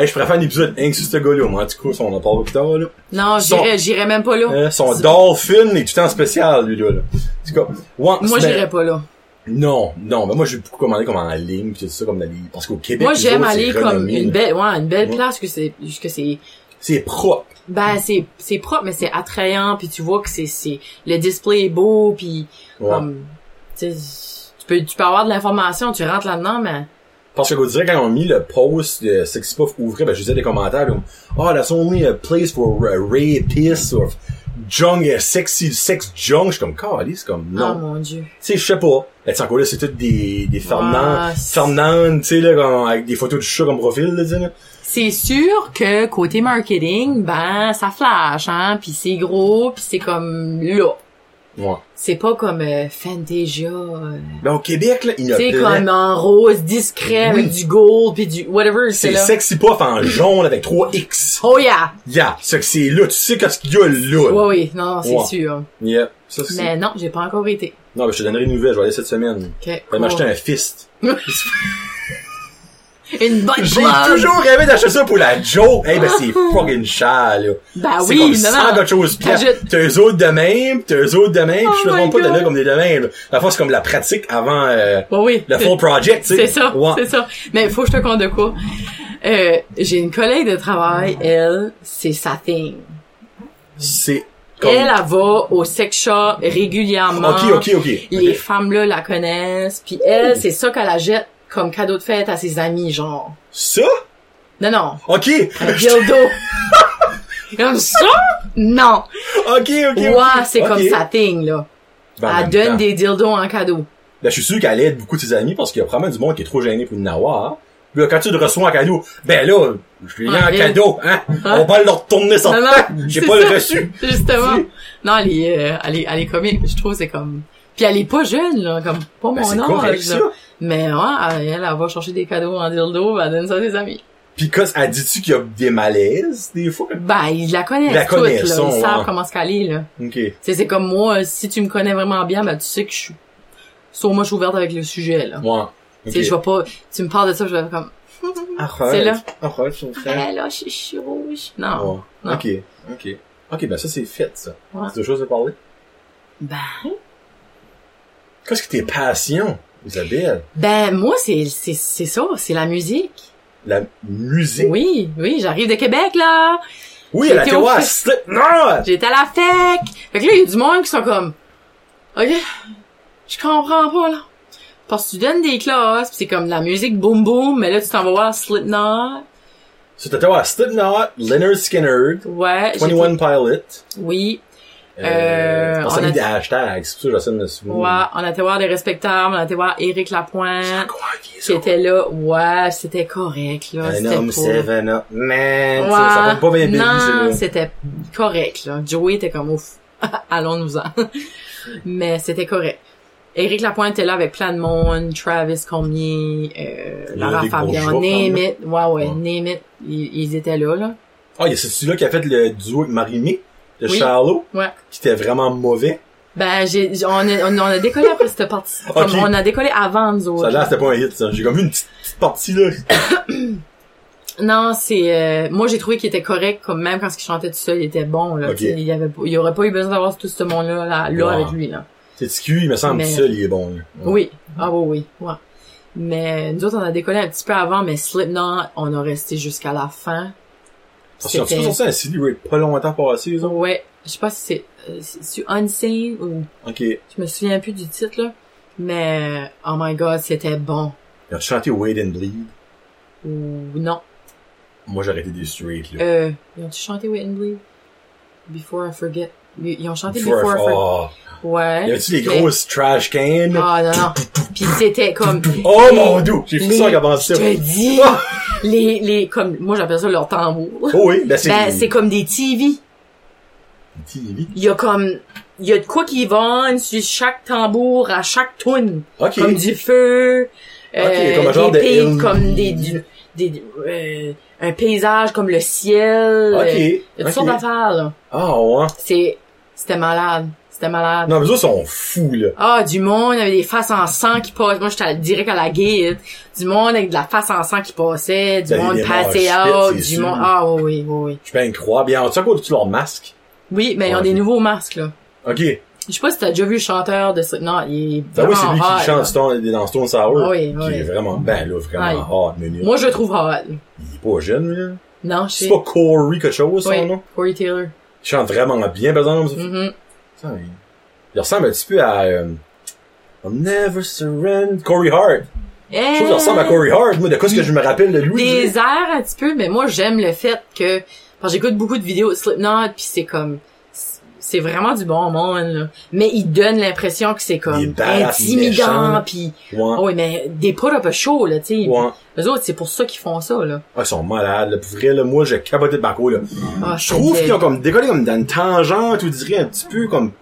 Hey, je pourrais faire un épisode rien que sur ce gars-là, moi. Du coup, ça, on en parle plus tard, là. Non, Son- j'irais, j'irais même pas là. Hein, son C'est- dolphin est tout en spécial, lui, là. là. En tout cas, ouais, Moi, c'est- j'irais pas là. Non, non, mais moi, j'ai beaucoup commandé comme en ligne, pis tout ça, comme dans les... Parce qu'au Québec, Moi, nous j'aime autres, aller c'est comme renommé, une là. belle, ouais, une belle Ouais. place que c'est, que c'est, C'est propre. ben, c'est, c'est propre, mais c'est attrayant, puis tu vois que c'est, c'est, le display est beau, puis Ouais. comme, tu sais, tu peux, tu peux avoir de l'information, tu rentres là-dedans, mais, Parce que, on dirait, quand on a mis le post de Sexy Puff ouvrir, ben, je disais des commentaires, comme, oh, that's only a place for uh, rapists or junk, uh, sexy, sex junk. Je suis comme, calé, c'est comme, oh non. mon dieu. Tu sais, je sais pas. Mais tu sais, encore là, c'est toutes des, des Fernandes, Ouais, c'est- Fernandes, tu sais, là, comme, avec des photos de chat comme profil, là, tu sais, là. C'est sûr que côté marketing, ben, ça flash, hein, puis c'est gros, puis c'est comme là. Ouais. C'est pas comme euh, Fantasia, euh, Ben, au Québec, là, il y en a tu sais, plein. comme en rose, discret, Oui. avec du gold, puis du whatever, c'est C'est là. Sexy Puff en jaune avec 3 X. Oh yeah! Yeah. C'est que c'est là, tu sais qu'est-ce qu'il y a là. Ouais, oui, non, non, c'est Ouais. sûr. Yeah. Ça, c'est- Mais non, j'ai pas encore été. Non, ben, je te donnerai une nouvelle, je vais aller cette semaine. Ok, Je vais cool. m'acheter un fist. Une bonne J'ai blonde. toujours rêvé d'acheter ça pour la joke. Eh ben, c'est fucking cher, là. Ah. Ben c'est oui, comme non, 100 non. quelque chose pièce. T'ajoutes- T'as eux autres de même, t'as eux autres de même, pis je Oh me demande my pas de God. là comme des de même. La fois, c'est comme la pratique avant, euh, Ouais, oui. le C'est- full project, tu sais. C'est ça, Ouais. c'est ça. Mais faut que je te compte de quoi. Euh, j'ai une collègue de travail, elle, c'est sa thing. C'est comme... Elle, elle va au sex shop régulièrement. Ok, ok, ok. Les Ok. femmes là la connaissent, puis elle, c'est ça qu'elle la jette comme cadeau de fête à ses amis, genre. Ça? Non, non, Ok. un dildo. comme ça? Non. Ok, ok. Bah, Ouais, c'est comme sa thing, là. elle donne des dildos en cadeau. Ben, je suis sûr qu'elle aide beaucoup de ses amis parce qu'il y a probablement du monde qui est trop gêné pour une avoir. Puis là, quand tu le reçois en cadeau, ben là, je lui ai Ouais, un elle- cadeau, hein. Hein? On va leur tourner son Non, non, temps. J'ai c'est pas le ça. reçu. Justement. Si. Non, elle est, euh, elle est, elle est comique. Je trouve que c'est comme. Puis elle est pas jeune, là, comme pas Ben, mon c'est âge. correct, là. ça. Mais ouais, elle, elle, elle va chercher des cadeaux en dildo, elle donne ça à ses amis. Pis cause, elle dit-tu qu'il y a des malaises, des fois? Ben, ils la connaissent Ils la toutes, connaissent, là. sont, Ils ouais. savent comment se caler, là. Ok. Tu sais, c'est comme moi, euh, si tu me connais vraiment bien, ben tu sais que je suis. Sauf moi, je suis ouverte avec le sujet, là. Moi. Tu sais, je vais pas. Tu me parles de ça, je vais comme. c'est là. Hein? Eh là, je suis- je suis rouge. Non. non. Ok. Ok. Ok, ben ça, c'est fait, ça. Ouais. C'est deux choses à parler. Ben. Qu'est-ce que tes passions, Isabelle? Ben, moi, c'est, c'est, c'est ça, c'est la musique. La musique. Oui, oui, j'arrive de Québec, là. Oui, elle a J'étais été au voir fait- Slip. Non! J'étais à la FEC! Fait que là, il y a du monde qui sont comme, OK, je comprends pas, là. Parce que tu donnes des classes, pis c'est comme de la musique boom boom, mais là, tu t'en vas voir Slipknot. So, t'as été voir Slipknot, Leonard Skinner, Ouais. j'étais- 21 Pilot. Oui. Euh, Euh, on s'est on mis a- des hashtags, c'est pour ça que j'essaie de me souvenir. Ouais, on a été voir des respectables, on a été voir Eric Lapointe, Quoi, qui est qui ça? était là. Ouais, c'était correct, là. Un c'était homme pas- seven up, man. Ouais. Ça, ça va pas bien bien, non, celui-là. c'était correct, là. Joey était comme ouf. Allons-nous-en. Mais c'était correct. Éric Lapointe était là avec plein de monde, Travis Cormier, euh, Il y a Laurent des gros Fabian, joueurs, quand même. name it. Ouais, ouais, Ouais. name it. Ils, ils étaient là, là. Ah, il y a celui-là qui a fait le duo avec Marimé, de Oui. Charlot, Ouais. qui était vraiment mauvais. Ben, j'ai, j'ai- on, a, on, on a décollé après cette partie. Comme Ok. on a décollé avant nous autres. Ça là, c'était pas un hit, ça. J'ai comme eu une petite, petite partie, là. Non, c'est euh, moi j'ai trouvé qu'il était correct comme même quand il chantait tout seul, il était bon là. Ok. Tu sais, Il y avait pas- il y aurait pas eu besoin d'avoir tout ce monde là là, là Ouais. avec lui là. C'est TQ, il me semble, Mais- tout seul, il est bon, là. Ouais. Oui. Ah oui, oui. Ouais. Mais nous autres, on a décollé un petit peu avant, mais Slipknot, on a resté jusqu'à la fin. Parce qu'ils ont C'était- sorti un CD Ray pas longtemps passé, les autres. Ouais. Je sais pas si c'est, euh, c'est c'est Unseen ou Ok. Ils je me souviens plus du titre là. Mais oh my god, c'était bon. ont chanté Wade and Bleed. Ou non. Moi, j'aurais été déçu, Wade, là. Euh, ils ont chanté Wait and Bleed? Before I Forget. Ils ont chanté Before I Before, I Forget. Fall. Ouais. oh. Y avait-tu des Mais- grosses trash cans? Ah non, non. Puis c'était comme... Oh les- mon dieu! J'ai fait les- ça avant ça. Je te dis! les, les, comme, moi j'appelle ça leur tambour. Oh oui, ben c'est. Ben, c'est comme des TV. TV. Il y a comme, il y a de quoi qui vont sur chaque tambour, à chaque tune. Ok. Comme du feu, euh, comme un genre des de pics, Hill- comme des, du- des, euh, un paysage comme le ciel. Ok. euh, Il y a toutes ok. sortes d'affaires, là. Ah ouais. C'est, c'était malade. C'était malade. Non, mais eux autres sont fous, là. Ah, du monde, il y avait des faces en sang qui passaient. Moi, j'étais direct à la guide. Du monde avec de la face en sang qui passait. Du Ben, monde des passé mosh pits, out. c'est Du sûr. monde... Ah, oui, oui, oui. oui. Je peux croire. Bien, tu sais quoi, tu leur masque? Oui, mais ils ont Ouais. des nouveaux masques, là. Ok. Je sais pas si t'as déjà vu le chanteur de ce... Non, il est Ah oui, c'est vraiment lui hot, qui là. chante Stone, dans Stone Sour. Oui, Qui oui. est vraiment, ben là, vraiment hard, mais lui, Moi, je le trouve hot. il est pas jeune, là. Non, je sais. C'est pas Corey quelque chose, son Oui, nom? Corey Taylor. Il chante vraiment bien, par exemple. Mhm. Putain, il- Il ressemble un petit peu à, euh, I'll never surrender. Corey Hart. Je trouve qu'il ressemble à Corey Hart, moi, de quoi est-ce que je me rappelle de lui? Euh, des airs un petit peu, mais moi j'aime le fait que parce que j'écoute beaucoup de vidéos de Slipknot puis c'est comme c'est vraiment du bon monde là. mais il donne l'impression que c'est Il est comme badass, méchant. intimidant puis Ouais. oh, oui mais des put up show là tu sais Ouais. les autres c'est pour ça qu'ils font ça là Ah, ils sont malades, là. Pour vrai, là, moi, j'ai capoté de Baco, là. ah, Je trouve te dis. qu'ils ont comme décollé comme dans une tangente, ou dirais un petit peu comme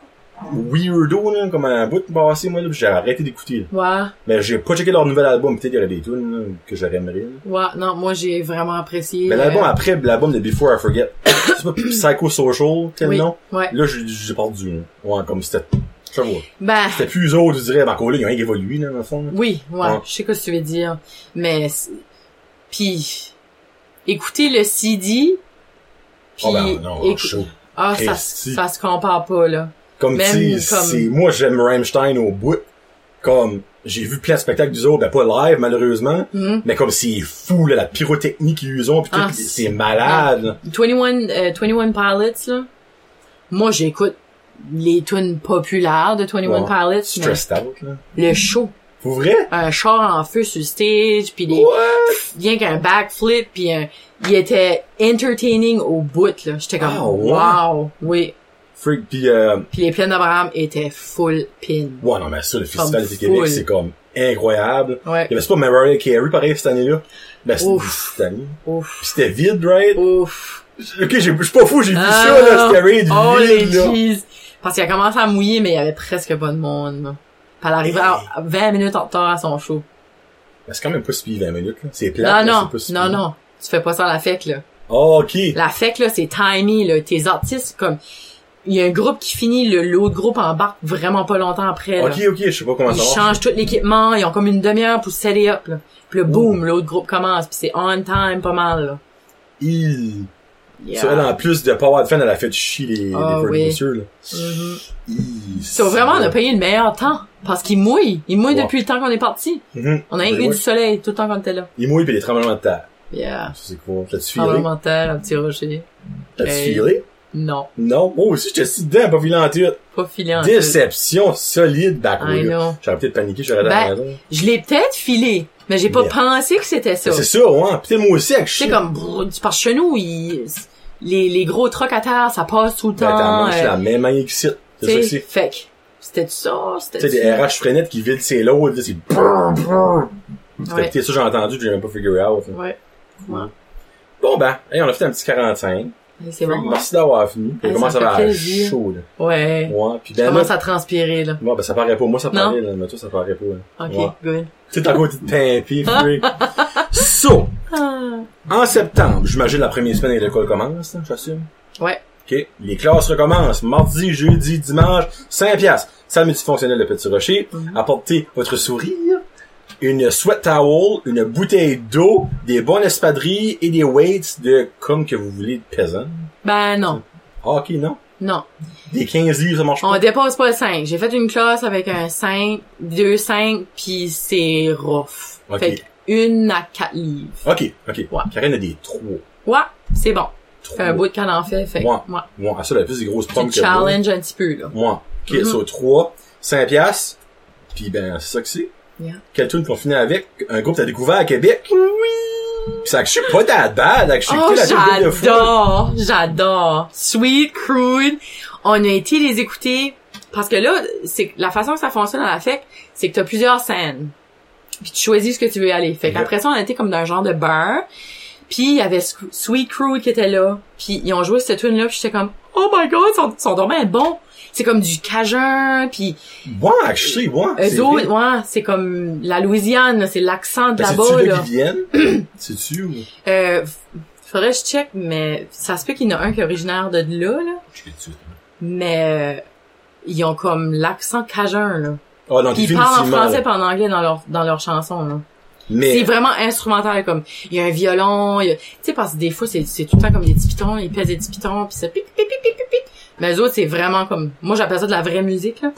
weirdo, là, comme un bout de passé, moi, là, puis j'ai arrêté d'écouter, là. ouais Mais j'ai pas checké leur nouvel album, peut-être qu'il y aurait des tunes, là, que j'aimerais, là. ouais non moi j'ai vraiment apprécié Mais l'album euh, après, l'album de Before I Forget, c'est pas Psychosocial, tel oui, nom? euh, ouais Là, j'ai- j'ai perdu, là. Ouais, comme c'était, je sais pas. ben C'était plus eux autres, je dirais, Baco, là, ils ont rien évolué, là, dans le fond, là. Oui, ouais, Ouais. je sais que ce que tu veux dire, mais c'est- puis écouter le CD puis Oh, ben, non, écou- chaud. ah ça Christy. ça se compare pas là. Comme Même tu sais, comme- c'est moi j'aime Rammstein au bout. Comme j'ai vu plein de spectacles du autres, ben pas live malheureusement, Mhm. mais comme c'est fou là, la pyrotechnie qu'ils ont pis tout, Ah, pis c'est- c'est malade. là. 21 euh, 21 Pilots là. Moi, j'écoute les tunes populaires de 21 Ouais. Pilots, mais Stressed out là. le show, Pour vrai? un char en feu sur le stage puis des What? rien qu'un backflip puis un il était entertaining au bout là. J'étais comme Ah, ouais. wow, oui. Freak pis euh, Puis les plaines d'Abraham étaient full pin. ouais non mais ça le festival Comme du Québec full. c'est comme incroyable. Ouais. Il y avait c'est pas Mariah Carey pareil cette année-là. Ben c'était Ouf. cette année. Ouf. Pis c'était vide, right? Ouf. Ok, j'ai- je suis pas fou, j'ai vu Ah, ça là, c'était raid Oh les vide là. cheese. Parce qu'il a commencé à mouiller, mais il y avait presque pas de monde. là. Puis elle arrivait à à 20 minutes en retard à son show. Ben, c'est quand même pas si pire 20 minutes là. C'est Non, plat. non, non, non. Tu fais pas ça à la FEC, là. Ah, ok. La FEC, là, c'est tiny, là. Tes artistes, comme, il y a un groupe qui finit, le- l'autre groupe embarque vraiment pas longtemps après, là. Ok, ok, je sais pas comment Ils ça marche. changent tout l'équipement, ils ont comme une demi-heure pour se setter up, là. Puis le boom, l'autre groupe commence, puis c'est on time pas mal, là. Il... Yeah. Ça, elle, hein. en plus de pas avoir de fan, elle a fait chier les, Ah, les oui. producers, là. Mhm. Il- So, vraiment, on a payé le meilleur temps. Parce qu'il mouille. Il mouille Wow. depuis le temps qu'on est parti. Mhm. On a eu Ben ouais. du soleil tout le temps qu'on était là. Il mouille pis les tremblements de terre. Yeah. Ça, c'est cool. T'as-tu filé? Tremblement de terre, un petit rocher. T'as-tu Hey. filé? Non. Non. Moi aussi, j'étais si dedans, pas filé en tout. Pas filé en tout. Déception solide, back I là. know. J'aurais peut-être paniqué, j'aurais dans la Ben, maison. Je l'ai peut-être filé, mais j'ai pas Merde. pensé que c'était ça. C'est Tu ça, ouais. Putain, moi aussi, avec sais, chier. comme, brrr, tu pars chez nous, il- les, les gros trucks à terre, ça passe tout le Ben, t'as temps. mangé euh, la même manière qu'ici. C'est ça tu que sais, c'est. fait que, c'était ça, c'était Tu sais, des RH freinettes qui vident ses loads, là, c'est brrr, brrr. C'était Ouais. peut-être ça, j'ai entendu, que j'ai même pas figuré out. là. Ouais. Bon, ben, hey, on a fait un petit 45. Et C'est bon. Merci d'avoir venu. Ah, On ça commence fait à faire plaisir. chaud, là. Ouais. Ouais, puis Je ben, là, commence à transpirer, là. bon, ben, ça paraît pas. Moi, ça Non. paraît, là, mais toi, ça paraît pas, là. Ok, Ouais. good. Tu sais, t'as côté de pimpé, freak. So, Ah. en septembre, j'imagine la première semaine et l'école commence, là, j'assume. Ouais. OK. Les classes recommencent. Mardi, jeudi, dimanche, 5 piastres. Salle multifonctionnelle de Petit Rocher. Mhm. Apportez votre sourire, une sweat towel, une bouteille d'eau, des bonnes espadrilles et des weights de comme que vous voulez de pesant. Ben, non. Ah, OK, non? Non. Des 15 livres, ça marche pas? On dépasse pas le 5. J'ai fait une classe avec un 5, 2, 5, puis c'est rough. Ok. Fait que une à 4 livres. Ok, ok. Ouais. Karine a des trois. Ouais, c'est bon. Fait Trois. un bout de qu'elle en fait, fait que, Ouais. ouais. Oh. Moi, à ça, elle a plus des grosses pommes Tu que moi. challenge un petit peu, là. Moi. Ok, Mhm. so, trois, cinq piastres. Puis ben, c'est ça que c'est. Yeah. Quelle tune qu'on finit avec? Un groupe que t'as découvert à Québec. Oui! Pis ça, que je suis pas that bad, que je suis Oh, que la tune de fou. j'adore, j'adore. Sweet, crude. On a été les écouter parce que là, c'est la façon que ça fonctionne à la FEC, c'est que t'as plusieurs scènes. Puis tu choisis ce que tu veux aller. Fait Ok. qu'après ça, on a été comme dans un genre de bar. Puis il y avait Squ- Sweet Crude qui était là. Puis ils ont joué cette tune là, puis j'étais comme "Oh my god, ils sont ils sont vraiment bons." C'est comme du cajun, puis Ouais, je sais, ouais. c'est eux vrai. autres, ouais, c'est comme la Louisiane, là, c'est l'accent de Ben, là-bas c'est-tu là là. qui viennent? C'est-tu? ou- Euh, f- faudrait que je check, mais ça se peut qu'il y en a un qui est originaire de là, là. Je sais-tu? Mais euh, ils ont comme l'accent cajun, là. Oh non, Puis ils parlent en définitivement, français là. pas en anglais dans leur dans leurs chansons, là. C'est Mais, vraiment instrumental, comme, il y a un violon, il y a- tu sais, parce que des fois, c'est, c'est tout le temps comme des petits pitons, ils pèsent des petits pitons, pis ça pic, pic, pic, pic, pic, pic. Mais eux autres, c'est vraiment comme, moi, j'appelle ça de la vraie musique, là.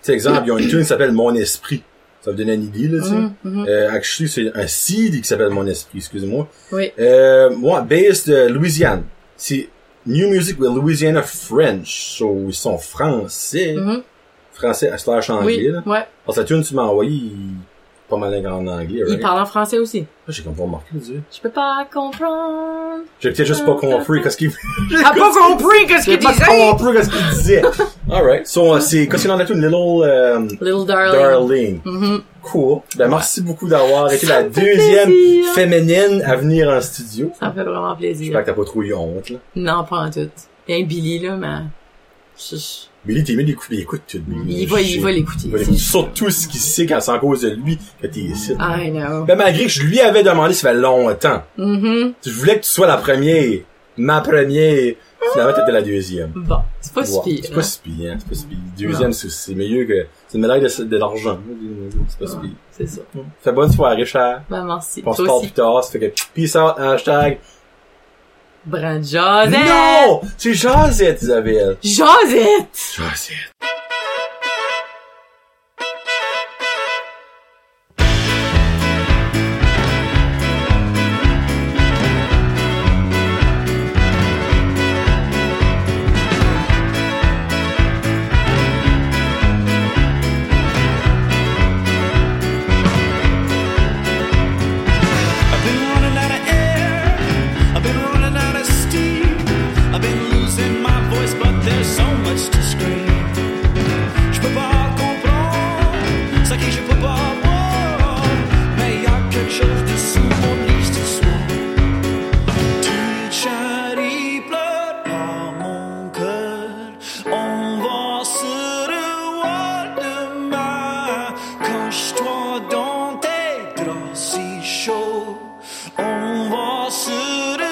c'est exemple, ils ont une tune qui s'appelle Mon Esprit. Ça vous donne une idée, là, tu sais. Mhm, mhm. Euh, actually, c'est un CD qui s'appelle Mon Esprit, excusez-moi. Oui. Euh, moi, based de Louisiane. C'est New Music with Louisiana French. So, ils sont français. Mhm. Français à slash anglais, Oui. là. Ouais. Parce que la tune, que tu m'as envoyé, il- pas mal en anglais, Ils right? Ah, parlent en français aussi. J'ai comme pas remarqué, tu sais. Je peux pas comprendre. J'ai peut-être juste Ah, pas compris qu'est-ce qu'il T'as pas compris qu'est-ce J'ai qu'il pas disait? compris qu'est-ce qu'il disait. Alright. So, euh, c'est, qu'est-ce qu'il en a tout? Little, euh, Little darling. Darling. Mhm. Cool. Ben, merci beaucoup d'avoir été Ça la me fait deuxième plaisir. féminine à venir en studio. Ça me fait vraiment J'espère plaisir. que t'as pas trop eu honte, là. Non, pas en tout. Bien Billy, là, mais... je- je- Billy, t'es mieux d'écouter, écoute tout. Il va, il va l'écouter. c'est- Surtout ce qu'il sait quand c'est en cause de lui que t'es ici. I know. Ben, malgré que je lui avais demandé, ça fait longtemps. Mhm. Je voulais que tu sois la première. Ma première. Finalement, t'étais la deuxième. Bon, c'est pas si Wow. pire. C'est pas si pire, hein. C'est pas si pire. Deuxième, c'est- c'est mieux que, c'est une médaille de, de l'argent. Ah, C'est pas si Ouais. pire. hein. C'est ça. Fait bonne soirée, cher. Ben, merci. On se Toi parle aussi. plus tard. Ça fait que, peace out, hashtag. Brand Josette! Non! C'est Josette, Isabelle. Josette! Josette. I've been running out of air. I've been running out of steam. I've been losing my voice, but there's so much to scream. Je peux pas comprendre ce que je peux pas voir. Mais y a quelque chose dessous mon lit ce soir. Tu charries, pleure pas mon cœur. On va se revoir demain. Cache-toi dans tes draps si chauds. On va se revoir. Oh, Oh, oh, oh,